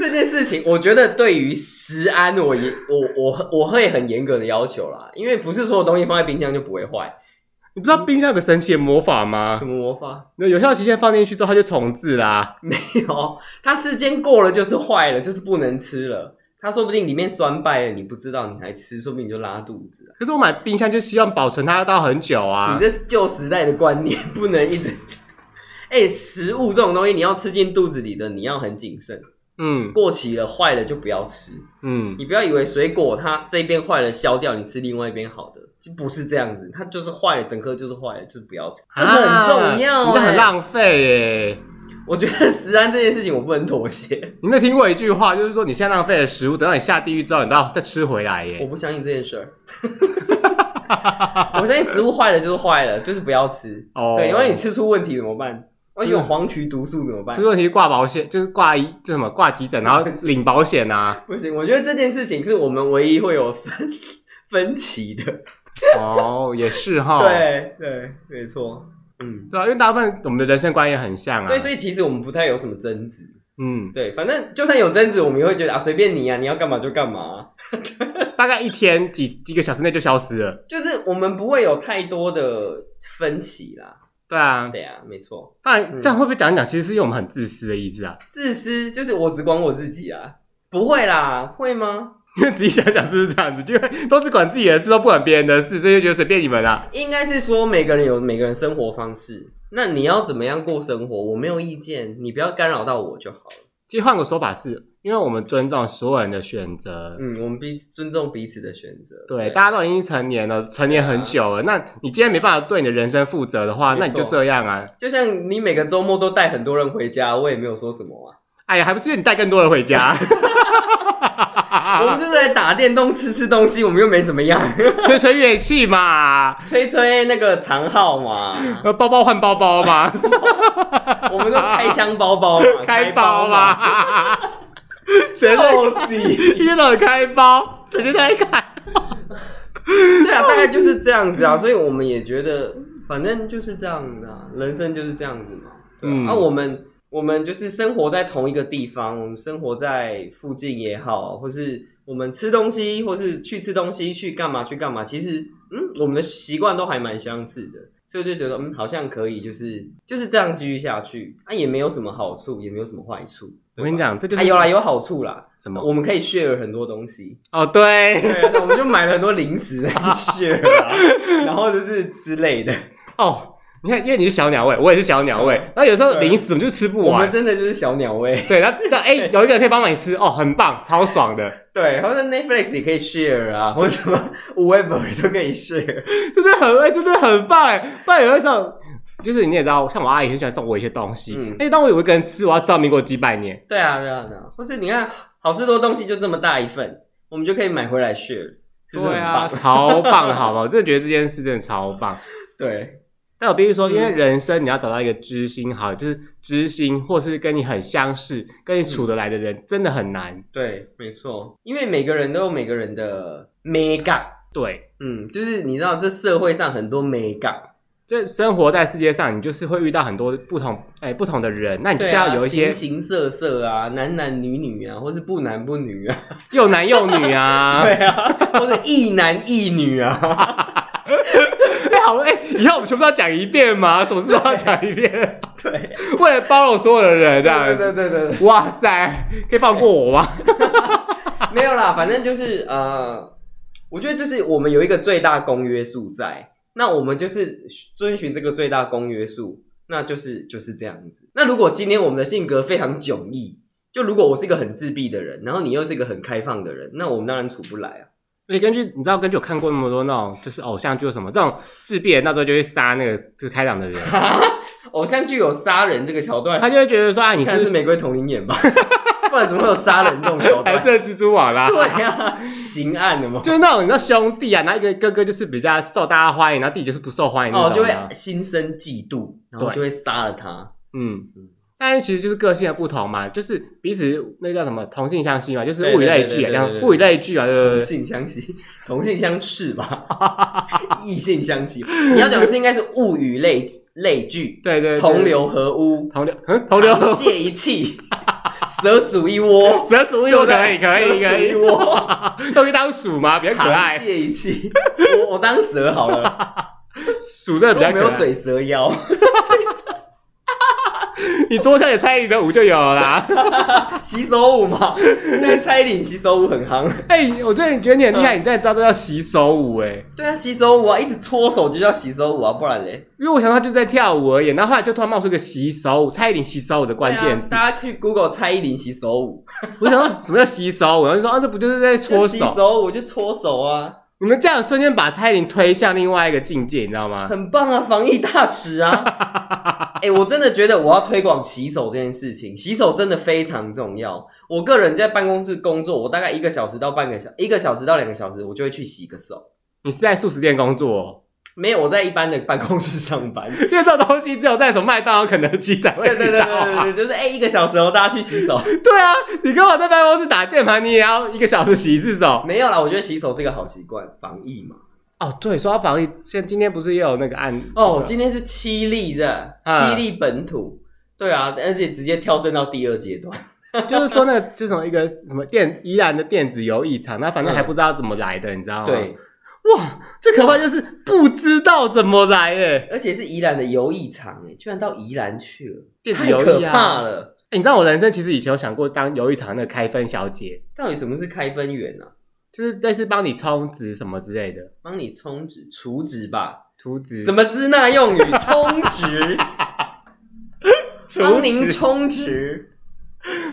[SPEAKER 2] 这件事情，我觉得对于食安，我也我我我会很严格的要求啦，因为不是所有东西放在冰箱就不会坏。
[SPEAKER 1] 你不知道冰箱有个神奇的魔法吗
[SPEAKER 2] 什？么魔法？
[SPEAKER 1] 那有效期限放进去之后，它就重置啦。
[SPEAKER 2] 没有，它时间过了就是坏了，就是不能吃了。它说不定里面酸败了，你不知道，你还吃，说不定你就拉肚子啊
[SPEAKER 1] 可是我买冰箱就希望保存它到很久啊
[SPEAKER 2] 你。这是旧时代的观念，不能一直。 哎、食物这种东西，你要吃进肚子里的，你要很谨慎。
[SPEAKER 1] 嗯
[SPEAKER 2] 过期了、坏了就不要吃。
[SPEAKER 1] 嗯，
[SPEAKER 2] 你不要以为水果它这边坏了消掉，你吃另外一边好的，就不是这样子。它就是坏了，整颗就是坏了，就不要吃。这很重要、
[SPEAKER 1] 啊你这很
[SPEAKER 2] 哎
[SPEAKER 1] 浪费耶、
[SPEAKER 2] 我觉得食安这件事情，我不能妥协。
[SPEAKER 1] 你没有听过一句话，就是说你现在浪费了食物，等到你下地狱之后，你都要再吃回来
[SPEAKER 2] 我
[SPEAKER 1] 耶。
[SPEAKER 2] 不相信这件 事儿。我相信食物坏了就是坏了，就是不要吃。
[SPEAKER 1] 哦
[SPEAKER 2] 对，万一你吃出问题怎么办？万一有黄曲毒素怎么办
[SPEAKER 1] 吃？问题挂保险，就是挂一这什么挂急诊，然 后领保险啊。
[SPEAKER 2] 不行，我觉得这件事情是我们唯一会有分分歧的。
[SPEAKER 1] 哦，也是哈。
[SPEAKER 2] 对对，没错。嗯，
[SPEAKER 1] 对啊，因为大部分我们的人生观也很像啊。
[SPEAKER 2] 对，所以其实我们不太有什么争执。
[SPEAKER 1] 嗯，
[SPEAKER 2] 对，反正就算有争执，我们也会觉得啊，随便你啊，你要干嘛就干嘛啊、
[SPEAKER 1] 大概一天几几个小时内就消失了。
[SPEAKER 2] 就是我们不会有太多的分歧啦。
[SPEAKER 1] 对啊，
[SPEAKER 2] 对啊，没错，
[SPEAKER 1] 当然这样会不会讲一讲，其实是因为我们很自私的意志啊。
[SPEAKER 2] 自私就是我只管我自己啊，不会啦，会吗？
[SPEAKER 1] 因为仔细想想是不是这样子，就会都是管自己的事，都不管别人的事，所以就觉得随便你们啦。
[SPEAKER 2] 应该是说每个人有每个人生活方式，那你要怎么样过生活，我没有意见，你不要干扰到我就好了。
[SPEAKER 1] 其实换个说法是，因为我们尊重所有人的选择。
[SPEAKER 2] 嗯，我啊们彼此尊重彼此的选择。
[SPEAKER 1] 对，大家都已经成年了，成年很久了。那你今天没办法对你的人生负责的话，
[SPEAKER 2] 啊没错
[SPEAKER 1] 那你就这样啊。
[SPEAKER 2] 就像你每个周末都带很多人回家，我也没有说什么啊。
[SPEAKER 1] 哎呀，还不是你带更多人回家， 啊
[SPEAKER 2] 我们就是来打电动、吃吃东西，我们又没 怎么样，
[SPEAKER 1] 吹吹乐器嘛，
[SPEAKER 2] 吹吹那个长号嘛，
[SPEAKER 1] 呃，包包换包包 嘛，
[SPEAKER 2] 我们都开箱包包嘛，
[SPEAKER 1] 开
[SPEAKER 2] 包
[SPEAKER 1] 包
[SPEAKER 2] 嘛，
[SPEAKER 1] 嘛， 谁在
[SPEAKER 2] 到底。
[SPEAKER 1] 一天到晚开包，整天在
[SPEAKER 2] 啊
[SPEAKER 1] 看。
[SPEAKER 2] 对啊，大概就是这样
[SPEAKER 1] 嗯
[SPEAKER 2] 子啊，所以我们也觉得，反正就是这样的、啊，人生就是这样子嘛。对啊，
[SPEAKER 1] 嗯
[SPEAKER 2] 啊我们我们就是生活在同一个地方，我们生活在附近也好，或是我们吃东西，或是去吃东西，去干嘛去干嘛，其实嗯，我们的习惯都还蛮相似的。所以我就觉得，嗯，好像可以，就是就是这样继续下去，啊，也没有什么好处，也没有什么坏处。
[SPEAKER 1] 我跟你
[SPEAKER 2] 讲，
[SPEAKER 1] 讲，这就是
[SPEAKER 2] 啊，有啦，有好处啦，
[SPEAKER 1] 什么？
[SPEAKER 2] 我们可以 share 很多东西。
[SPEAKER 1] 哦，对，
[SPEAKER 2] 对，啊我们就买了很多零食来 share，啊然后就是之类 的。
[SPEAKER 1] 哦，你看，因为你是小鸟胃，我也是小鸟胃，
[SPEAKER 2] 嗯
[SPEAKER 1] 然后有时候
[SPEAKER 2] 对
[SPEAKER 1] 零食我们就吃不
[SPEAKER 2] 我
[SPEAKER 1] 完
[SPEAKER 2] 们。真的就是小鸟胃，
[SPEAKER 1] 对，然后然后哎，有一个人可以帮忙你吃，哦，很棒，超爽的，
[SPEAKER 2] 对，或者 Netflix 也可以 share 啊， 或者什么 Web 都可以 share。
[SPEAKER 1] 真的很，哎真的很棒哎。不然有的时候，就是你也知道，像我阿姨很喜欢送我一些东西
[SPEAKER 2] 嗯，
[SPEAKER 1] 那当我有一个人吃，我要知道民国几百年。
[SPEAKER 2] 对啊，对啊，对啊，或是你看好吃多东西就这么大一份，我们就可以买回来 share，是不是
[SPEAKER 1] 对
[SPEAKER 2] 很
[SPEAKER 1] 啊，
[SPEAKER 2] 棒？
[SPEAKER 1] 超棒，好吗？我真的觉得这件事真的超棒。
[SPEAKER 2] 对，
[SPEAKER 1] 但我必须说，
[SPEAKER 2] 嗯
[SPEAKER 1] 因为人生你要找到一个知心好，就是知心或是跟你很相似、跟你处得来的人，真的很难。
[SPEAKER 2] 对，没错，因为每个人都有每个人的美感，
[SPEAKER 1] 对，
[SPEAKER 2] 嗯，就是你知道这社会上很多美感，
[SPEAKER 1] 这生活在世界上，你就是会遇到很多不同哎、不同的人，那你就是
[SPEAKER 2] 对
[SPEAKER 1] 要
[SPEAKER 2] 啊，
[SPEAKER 1] 有一些
[SPEAKER 2] 形形色色啊，男男女女啊，或是不男不女啊。
[SPEAKER 1] 又男又女啊。
[SPEAKER 2] 对啊，或者一男一女啊，
[SPEAKER 1] 哎、好哎、以后我们全部都要讲一遍吗？什么事都要讲一遍，
[SPEAKER 2] 对，啊
[SPEAKER 1] 为了包容所有的人这样
[SPEAKER 2] 对
[SPEAKER 1] 子。
[SPEAKER 2] 对对对对，
[SPEAKER 1] 哇塞，可以放过我吗？
[SPEAKER 2] 没有啦，反正就是呃，我觉得就是我们有一个最大公约数在，那我们就是遵循这个最大公约数，那就是就是这样子。那如果今天我们的性格非常迥异，就如果我是一个很自闭的人，然后你又是一个很开放的人，那我们当然处不来啊。
[SPEAKER 1] 而且哎根据你知道，根据我看过那么多那种就是偶像剧或什么这种自闭的，到时候就会杀那个就是开朗的 人，
[SPEAKER 2] 偶像剧有杀人这个桥段，
[SPEAKER 1] 他就会觉得说啊，你是
[SPEAKER 2] 看
[SPEAKER 1] 不
[SPEAKER 2] 来
[SPEAKER 1] 是
[SPEAKER 2] 是玫瑰同龄眼吧， 不然怎么会有杀人这种桥
[SPEAKER 1] 白
[SPEAKER 2] 段？
[SPEAKER 1] 色蜘蛛网啦、
[SPEAKER 2] 对啊，刑案的嘛。
[SPEAKER 1] 就是那种你知道兄弟啊，然后一个哥哥就是比较受大家欢迎，然后弟弟就是不受欢迎那
[SPEAKER 2] 哦，就
[SPEAKER 1] 种、
[SPEAKER 2] 会
[SPEAKER 1] 啊。
[SPEAKER 2] 心生嫉妒，然后
[SPEAKER 1] 对
[SPEAKER 2] 就会杀了他。
[SPEAKER 1] 嗯，但是其实就是个性的不同嘛，就是彼此那叫什么同性相吸嘛，就是
[SPEAKER 2] 对
[SPEAKER 1] 物以类聚啊，
[SPEAKER 2] 对对对
[SPEAKER 1] 这样
[SPEAKER 2] 对对对
[SPEAKER 1] 物以类聚啊，对对
[SPEAKER 2] 同
[SPEAKER 1] 对。
[SPEAKER 2] 性相吸， 同性相斥吧， 异性相吸。你要讲的是应该是物与类类聚，
[SPEAKER 1] 对对，对
[SPEAKER 2] 同流合污，
[SPEAKER 1] 同流，嗯，同流，
[SPEAKER 2] 沆瀣一气，蛇鼠一窝，
[SPEAKER 1] 蛇鼠
[SPEAKER 2] 对不
[SPEAKER 1] 又
[SPEAKER 2] 对
[SPEAKER 1] 可以可以
[SPEAKER 2] 蛇
[SPEAKER 1] 可
[SPEAKER 2] 鼠一
[SPEAKER 1] 以，
[SPEAKER 2] 窝，
[SPEAKER 1] 都可以当鼠嘛，比较 可
[SPEAKER 2] 沆
[SPEAKER 1] 爱。
[SPEAKER 2] 瀣一气。我我当蛇好了，
[SPEAKER 1] 鼠真的
[SPEAKER 2] 我
[SPEAKER 1] 比较
[SPEAKER 2] 没有
[SPEAKER 1] 可爱。
[SPEAKER 2] 水蛇腰，
[SPEAKER 1] 你多跳点蔡依林的舞就有了啦。
[SPEAKER 2] 洗手舞嘛。现在蔡依林洗手舞很夯，
[SPEAKER 1] 哎，我真的觉得你很厉
[SPEAKER 2] 嗯
[SPEAKER 1] 害，你真的知道这叫洗手舞哎。
[SPEAKER 2] 对啊，洗手舞啊，一直搓手就叫洗手舞啊，不然嘞。
[SPEAKER 1] 因为我想他就在跳舞而已，然后后来就突然冒出一个洗手舞，蔡依林洗手舞的关键字。
[SPEAKER 2] 对啊大家去 Google 蔡依林洗手舞，
[SPEAKER 1] 我想说什么叫洗手舞，然后就说啊，这不就是在搓
[SPEAKER 2] 就洗
[SPEAKER 1] 手？
[SPEAKER 2] 手舞就搓手啊，
[SPEAKER 1] 你们这样瞬间把蔡依林推向另外一个境界，你知道 吗？
[SPEAKER 2] 很棒啊，防疫大使 啊！哎、我真的觉得我要推广洗手这件事情，洗手真的非常重要。我个人在办公室工作，我大概一个小时到半个小，一个小时到两个小时，我就会去洗个手。
[SPEAKER 1] 你是在素食店工作哦、
[SPEAKER 2] 没有，我在一般的办公室上班。
[SPEAKER 1] 因为这种东西只有在什么麦当劳、肯德基才会
[SPEAKER 2] 对对
[SPEAKER 1] 遇
[SPEAKER 2] 对
[SPEAKER 1] 到
[SPEAKER 2] 对对
[SPEAKER 1] 啊。
[SPEAKER 2] 对， 就是哎、欸一个小时哦，大家去洗手。
[SPEAKER 1] 对啊，你跟我在办公室打键盘，你也要一个小时洗一次手。
[SPEAKER 2] 没有啦，我觉得洗手这个好习惯，防疫嘛。
[SPEAKER 1] 哦，对，说到防疫，现今天不是也有那个案
[SPEAKER 2] 哦，今天是七例是吧？
[SPEAKER 1] 啊嗯
[SPEAKER 2] 七例本土，对啊，而且直接跳升到第二阶段。
[SPEAKER 1] 就是说那个就是什么一个什么电宜兰的电子游艺场，那反正还不知道怎么来的，你知道吗？
[SPEAKER 2] 对，，
[SPEAKER 1] 哇，最可怕就是不知道怎么来诶。
[SPEAKER 2] 而且是宜兰的游艺场，哎，居然到宜兰去了，
[SPEAKER 1] 电子
[SPEAKER 2] 太
[SPEAKER 1] 游
[SPEAKER 2] 可
[SPEAKER 1] 艺啊
[SPEAKER 2] 怕了！
[SPEAKER 1] 哎、你知道我人生其实以前有想过当游艺场那个开分小姐，
[SPEAKER 2] 到底什么是开分员啊？
[SPEAKER 1] 就是类似帮你充值什么之类的，
[SPEAKER 2] 帮你充值、除值吧？
[SPEAKER 1] 储值
[SPEAKER 2] 什么支那用语？ 充值，
[SPEAKER 1] 储
[SPEAKER 2] 帮您
[SPEAKER 1] 值
[SPEAKER 2] 充值。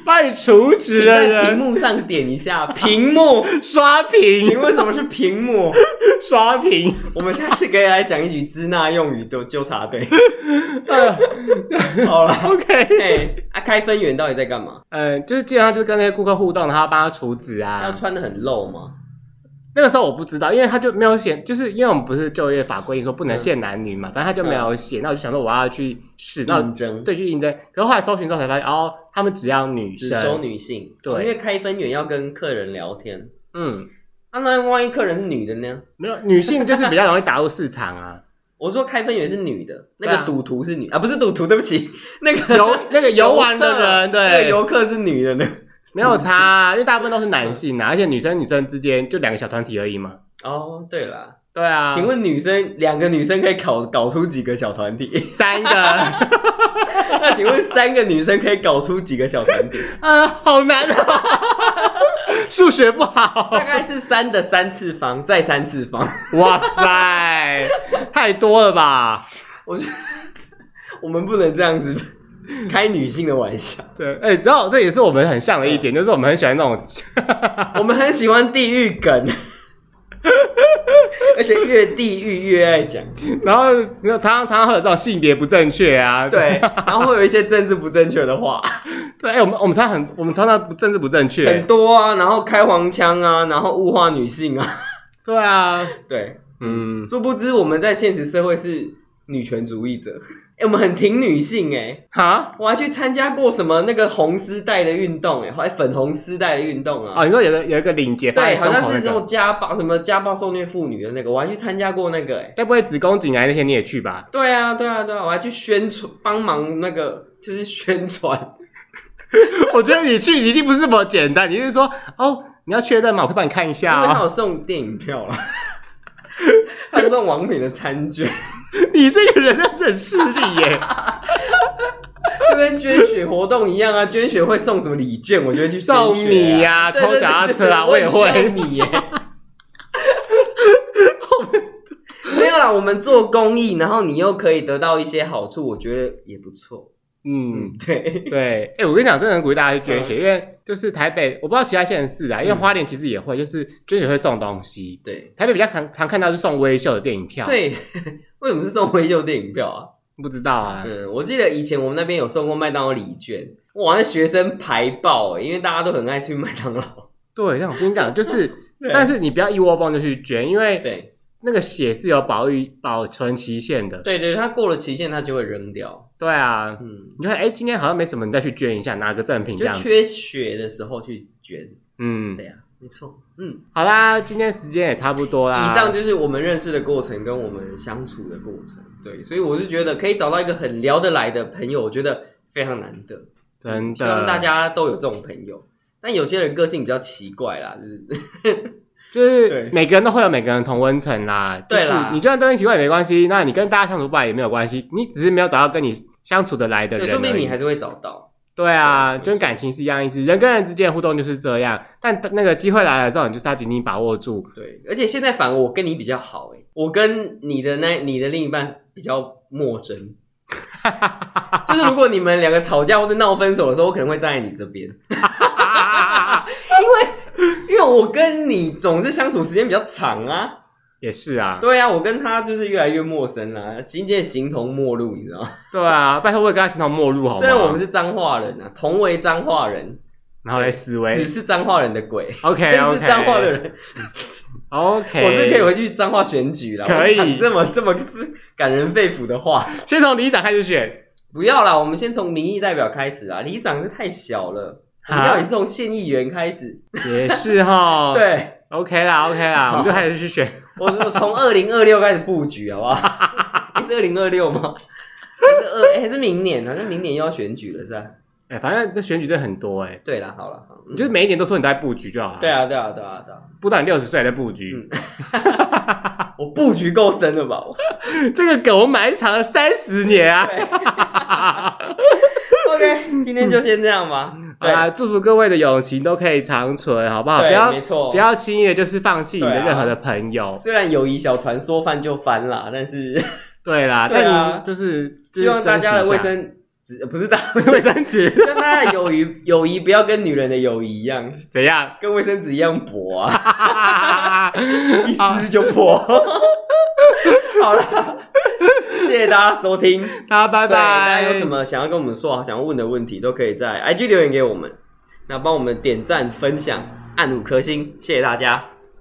[SPEAKER 1] 把你除职
[SPEAKER 2] 请
[SPEAKER 1] 的
[SPEAKER 2] 在屏
[SPEAKER 1] 人
[SPEAKER 2] 幕上点一
[SPEAKER 1] 啊
[SPEAKER 2] 下屏幕。
[SPEAKER 1] 刷屏
[SPEAKER 2] 请问什么是屏幕？
[SPEAKER 1] 刷屏，
[SPEAKER 2] 我们下次可以来讲一局支那用语的纠 察队。
[SPEAKER 1] 呃
[SPEAKER 2] 好了，
[SPEAKER 1] ，OK，
[SPEAKER 2] 哎，啊，开分员到底在干嘛？
[SPEAKER 1] 嗯，就是基本上就是跟那些顾客互动，然后帮他除职
[SPEAKER 2] 要
[SPEAKER 1] 啊。
[SPEAKER 2] 穿的很露吗？
[SPEAKER 1] 那个时候我不知道，因为他就没有写，就是因为我们不是就业法规说不
[SPEAKER 2] 嗯
[SPEAKER 1] 能限男女嘛，反正他就没有写。那我就想说我要去试，那
[SPEAKER 2] 应征
[SPEAKER 1] 对去应征。可是后来搜寻之后才发现，哦，他们只要女
[SPEAKER 2] 只
[SPEAKER 1] 生，
[SPEAKER 2] 收女性，
[SPEAKER 1] 对
[SPEAKER 2] 哦因为开分员要跟客人聊天。
[SPEAKER 1] 嗯，
[SPEAKER 2] 啊，那万一客人是女的呢？
[SPEAKER 1] 没有女性就是比较容易打入市场 啊。
[SPEAKER 2] 我说开分员是女的，
[SPEAKER 1] 对啊
[SPEAKER 2] 那个赌徒是女啊，不是赌徒，对不起， 那个
[SPEAKER 1] 游那个游玩的人，
[SPEAKER 2] 那个
[SPEAKER 1] 对，
[SPEAKER 2] 游客是女的呢。
[SPEAKER 1] 没有差啊、因为大部分都是男性
[SPEAKER 2] 嗯
[SPEAKER 1] 啊，而且女生女生之间就两个小团体而已嘛。
[SPEAKER 2] 哦，对啦，
[SPEAKER 1] 对啊，
[SPEAKER 2] 请问女生两个女生可以搞搞出几个小团体？
[SPEAKER 1] 三个啊，
[SPEAKER 2] 那请问三个女生可以搞出几个小团 体？
[SPEAKER 1] 好难啊，数学不
[SPEAKER 2] 大
[SPEAKER 1] 好，
[SPEAKER 2] 概是三的三次方再三次方。
[SPEAKER 1] 哇塞，太多了吧？
[SPEAKER 2] 我觉得我们不能这样子开女性的玩笑，
[SPEAKER 1] 对，哎、然后这也是我们很像的
[SPEAKER 2] 嗯
[SPEAKER 1] 一点，就是我们很喜欢那种，
[SPEAKER 2] 我们很喜欢地域梗， 而且越地域越爱讲。
[SPEAKER 1] 然后然后常常常常会有这种性别不正确啊，
[SPEAKER 2] 对，然后会有一些政治不正确的话，
[SPEAKER 1] 对，哎、我们我们常常很我们常常不政治不正
[SPEAKER 2] 很
[SPEAKER 1] 确，
[SPEAKER 2] 多啊，然后开黄腔啊，然后物化女性啊，
[SPEAKER 1] 对啊，
[SPEAKER 2] 对，
[SPEAKER 1] 嗯，
[SPEAKER 2] 殊不知我们在现实社会是女权主义者，哎、我们很挺女性哎、
[SPEAKER 1] 哈。
[SPEAKER 2] 我还去参加过什么那个红丝带的运动哎、欸，还粉红丝带的运动啊，
[SPEAKER 1] 哦，你说有个有一个领结，
[SPEAKER 2] 对，好像是
[SPEAKER 1] 这
[SPEAKER 2] 什么
[SPEAKER 1] 种，
[SPEAKER 2] 家暴什么家暴受虐妇女的那个，我还去参加过那个哎、欸
[SPEAKER 1] 该不会子宫颈癌那些你也去吧？
[SPEAKER 2] 对啊，对啊，对啊，我还去宣传，帮忙那个就是 宣传，
[SPEAKER 1] 我觉得你去已经不是这么简单，你是说哦，你要确认吗？我可以帮你看一下
[SPEAKER 2] 因为他
[SPEAKER 1] 啊、
[SPEAKER 2] 有送电影票了， 他有送王品的餐券，
[SPEAKER 1] 你这个人真是很势利耶，
[SPEAKER 2] 就跟捐血活动一样啊，捐血会送什么礼券，我就会去捐血啊
[SPEAKER 1] 送米呀、
[SPEAKER 2] 对
[SPEAKER 1] 抽
[SPEAKER 2] 对对
[SPEAKER 1] 脚踏车啊，
[SPEAKER 2] 对
[SPEAKER 1] 我也
[SPEAKER 2] 我很需要
[SPEAKER 1] 会。
[SPEAKER 2] 米耶、 没有啦，我们做公益，然后你又可以得到一些好处，我觉得也不错。
[SPEAKER 1] 嗯
[SPEAKER 2] 嗯，，对，
[SPEAKER 1] 对， 哎、我跟你讲，真的很鼓励大家去捐
[SPEAKER 2] 嗯
[SPEAKER 1] 血，因为就是台北，我不知道其他县市啊，因为花莲其实也会，就是捐血会送东西。
[SPEAKER 2] 对，
[SPEAKER 1] 台北比较常常看到是送微秀的电影票，，
[SPEAKER 2] 对，为什么是送微秀电影票啊？
[SPEAKER 1] 不知道啊，
[SPEAKER 2] 嗯，我记得以前我们那边有送过麦当劳礼券，哇，那学生排爆、欸，因为大家都很爱去麦当劳。
[SPEAKER 1] 对，但我跟你讲，就是，
[SPEAKER 2] 对
[SPEAKER 1] 但是你不要一窝蜂就去捐，因为
[SPEAKER 2] 对
[SPEAKER 1] 那个血是有保育保存期限的，
[SPEAKER 2] 对对，它过了期限，它就会扔掉。
[SPEAKER 1] 对啊，
[SPEAKER 2] 嗯，
[SPEAKER 1] 你就看，哎、今天好像没什么，你再去捐一下，拿个赠品这
[SPEAKER 2] 就
[SPEAKER 1] 样子。
[SPEAKER 2] 缺血的时候去捐。
[SPEAKER 1] 嗯
[SPEAKER 2] 对，呀、没错。嗯，
[SPEAKER 1] 好啦，今天时间也差不多啦。
[SPEAKER 2] 以上就是我们认识的过程跟我们相处的过程。对，所以我是觉得可以找到一个很聊得来的朋友，我觉得非常难得。
[SPEAKER 1] 真的，
[SPEAKER 2] 希望大家都有这种朋友。但有些人个性比较奇怪啦，就是
[SPEAKER 1] 就是
[SPEAKER 2] 对
[SPEAKER 1] 每个人都会有每个人的同温层啦。
[SPEAKER 2] 对
[SPEAKER 1] 就是
[SPEAKER 2] 啦
[SPEAKER 1] 你就算跟人奇怪也没关系，那你跟大家相处不来也没有关系，你只是没有找到跟你相处的来的
[SPEAKER 2] 对，
[SPEAKER 1] 人
[SPEAKER 2] 说不定
[SPEAKER 1] 而已
[SPEAKER 2] 你还是会找到。
[SPEAKER 1] 对啊，
[SPEAKER 2] 对没
[SPEAKER 1] 就跟
[SPEAKER 2] 错
[SPEAKER 1] 感情是一样意思，人跟人之间的互动就是这样。但那个机会来了之后，你就是要紧紧把握住。
[SPEAKER 2] 对，而且现在反而我跟你比较好哎、我跟你的那你的另一半比较陌生，就是如果你们两个吵架或者闹分手的时候，我可能会站在你这边，因为我跟你总是相处时间比较长啊。
[SPEAKER 1] 也是啊，
[SPEAKER 2] 对啊，我跟他就是越来越陌生啦、今天形同陌路，你知道吗？
[SPEAKER 1] 对啊，拜托我也跟他形同陌路好吗？
[SPEAKER 2] 虽然我们是彰化人啊，同为彰化人，
[SPEAKER 1] 然后来思
[SPEAKER 2] 只
[SPEAKER 1] 维
[SPEAKER 2] 是彰化人的鬼
[SPEAKER 1] OK，
[SPEAKER 2] 谁是
[SPEAKER 1] OK
[SPEAKER 2] 彰化的人，
[SPEAKER 1] ，OK，
[SPEAKER 2] 我是可以回去彰化选举啦。
[SPEAKER 1] 可以
[SPEAKER 2] 我讲这么这么 感人肺腑的话。
[SPEAKER 1] 先从里长开始选。
[SPEAKER 2] 不要啦，我们先从民意代表开始啦。里长是太小了，我们
[SPEAKER 1] 啊
[SPEAKER 2] 要也是从县议员开始。
[SPEAKER 1] 也是哈，
[SPEAKER 2] 对
[SPEAKER 1] ，OK 啦，OK 啦，我们就开始去选。
[SPEAKER 2] 我，我从二零二六开始布局，好不好？ 诶是二零二六吗？还是二、诶还是明年？好像明年又要选举了，是吧？
[SPEAKER 1] 哎、反正这选举真的很多哎、
[SPEAKER 2] 对啦，好了，好
[SPEAKER 1] 你就是每一年都说你在布局就好了。
[SPEAKER 2] 对，啊，对啊，对啊，对啊，
[SPEAKER 1] 不到你六十岁还在布局，
[SPEAKER 2] 我布局够深了吧？ 我
[SPEAKER 1] 这个梗我埋藏了三十年啊！
[SPEAKER 2] OK，今天就先这 样吧。对
[SPEAKER 1] 啊，祝福各位的友情都可以长存，好不好？不
[SPEAKER 2] 对，
[SPEAKER 1] 要
[SPEAKER 2] 没错
[SPEAKER 1] 不。要轻易的就是放弃你的
[SPEAKER 2] 对啊
[SPEAKER 1] 任何的朋友。
[SPEAKER 2] 虽然友谊小 船说翻就翻啦，但是
[SPEAKER 1] 对啦，
[SPEAKER 2] 对啊
[SPEAKER 1] 但你就是
[SPEAKER 2] 希望大家的卫，生只不是大家
[SPEAKER 1] 卫生 纸
[SPEAKER 2] 跟大家的友谊友谊不要跟女人的友谊一样，
[SPEAKER 1] 怎样？
[SPEAKER 2] 跟卫生纸一样薄啊，一
[SPEAKER 1] 好，
[SPEAKER 2] 撕就破。 好了，谢谢大家收听。
[SPEAKER 1] 那拜
[SPEAKER 2] 对，大
[SPEAKER 1] 拜。
[SPEAKER 2] 家有什么想要跟我们说、想要问的问题，都可以在 IG 留言给我们，那帮我们点赞、分享、按五颗星，谢谢大家。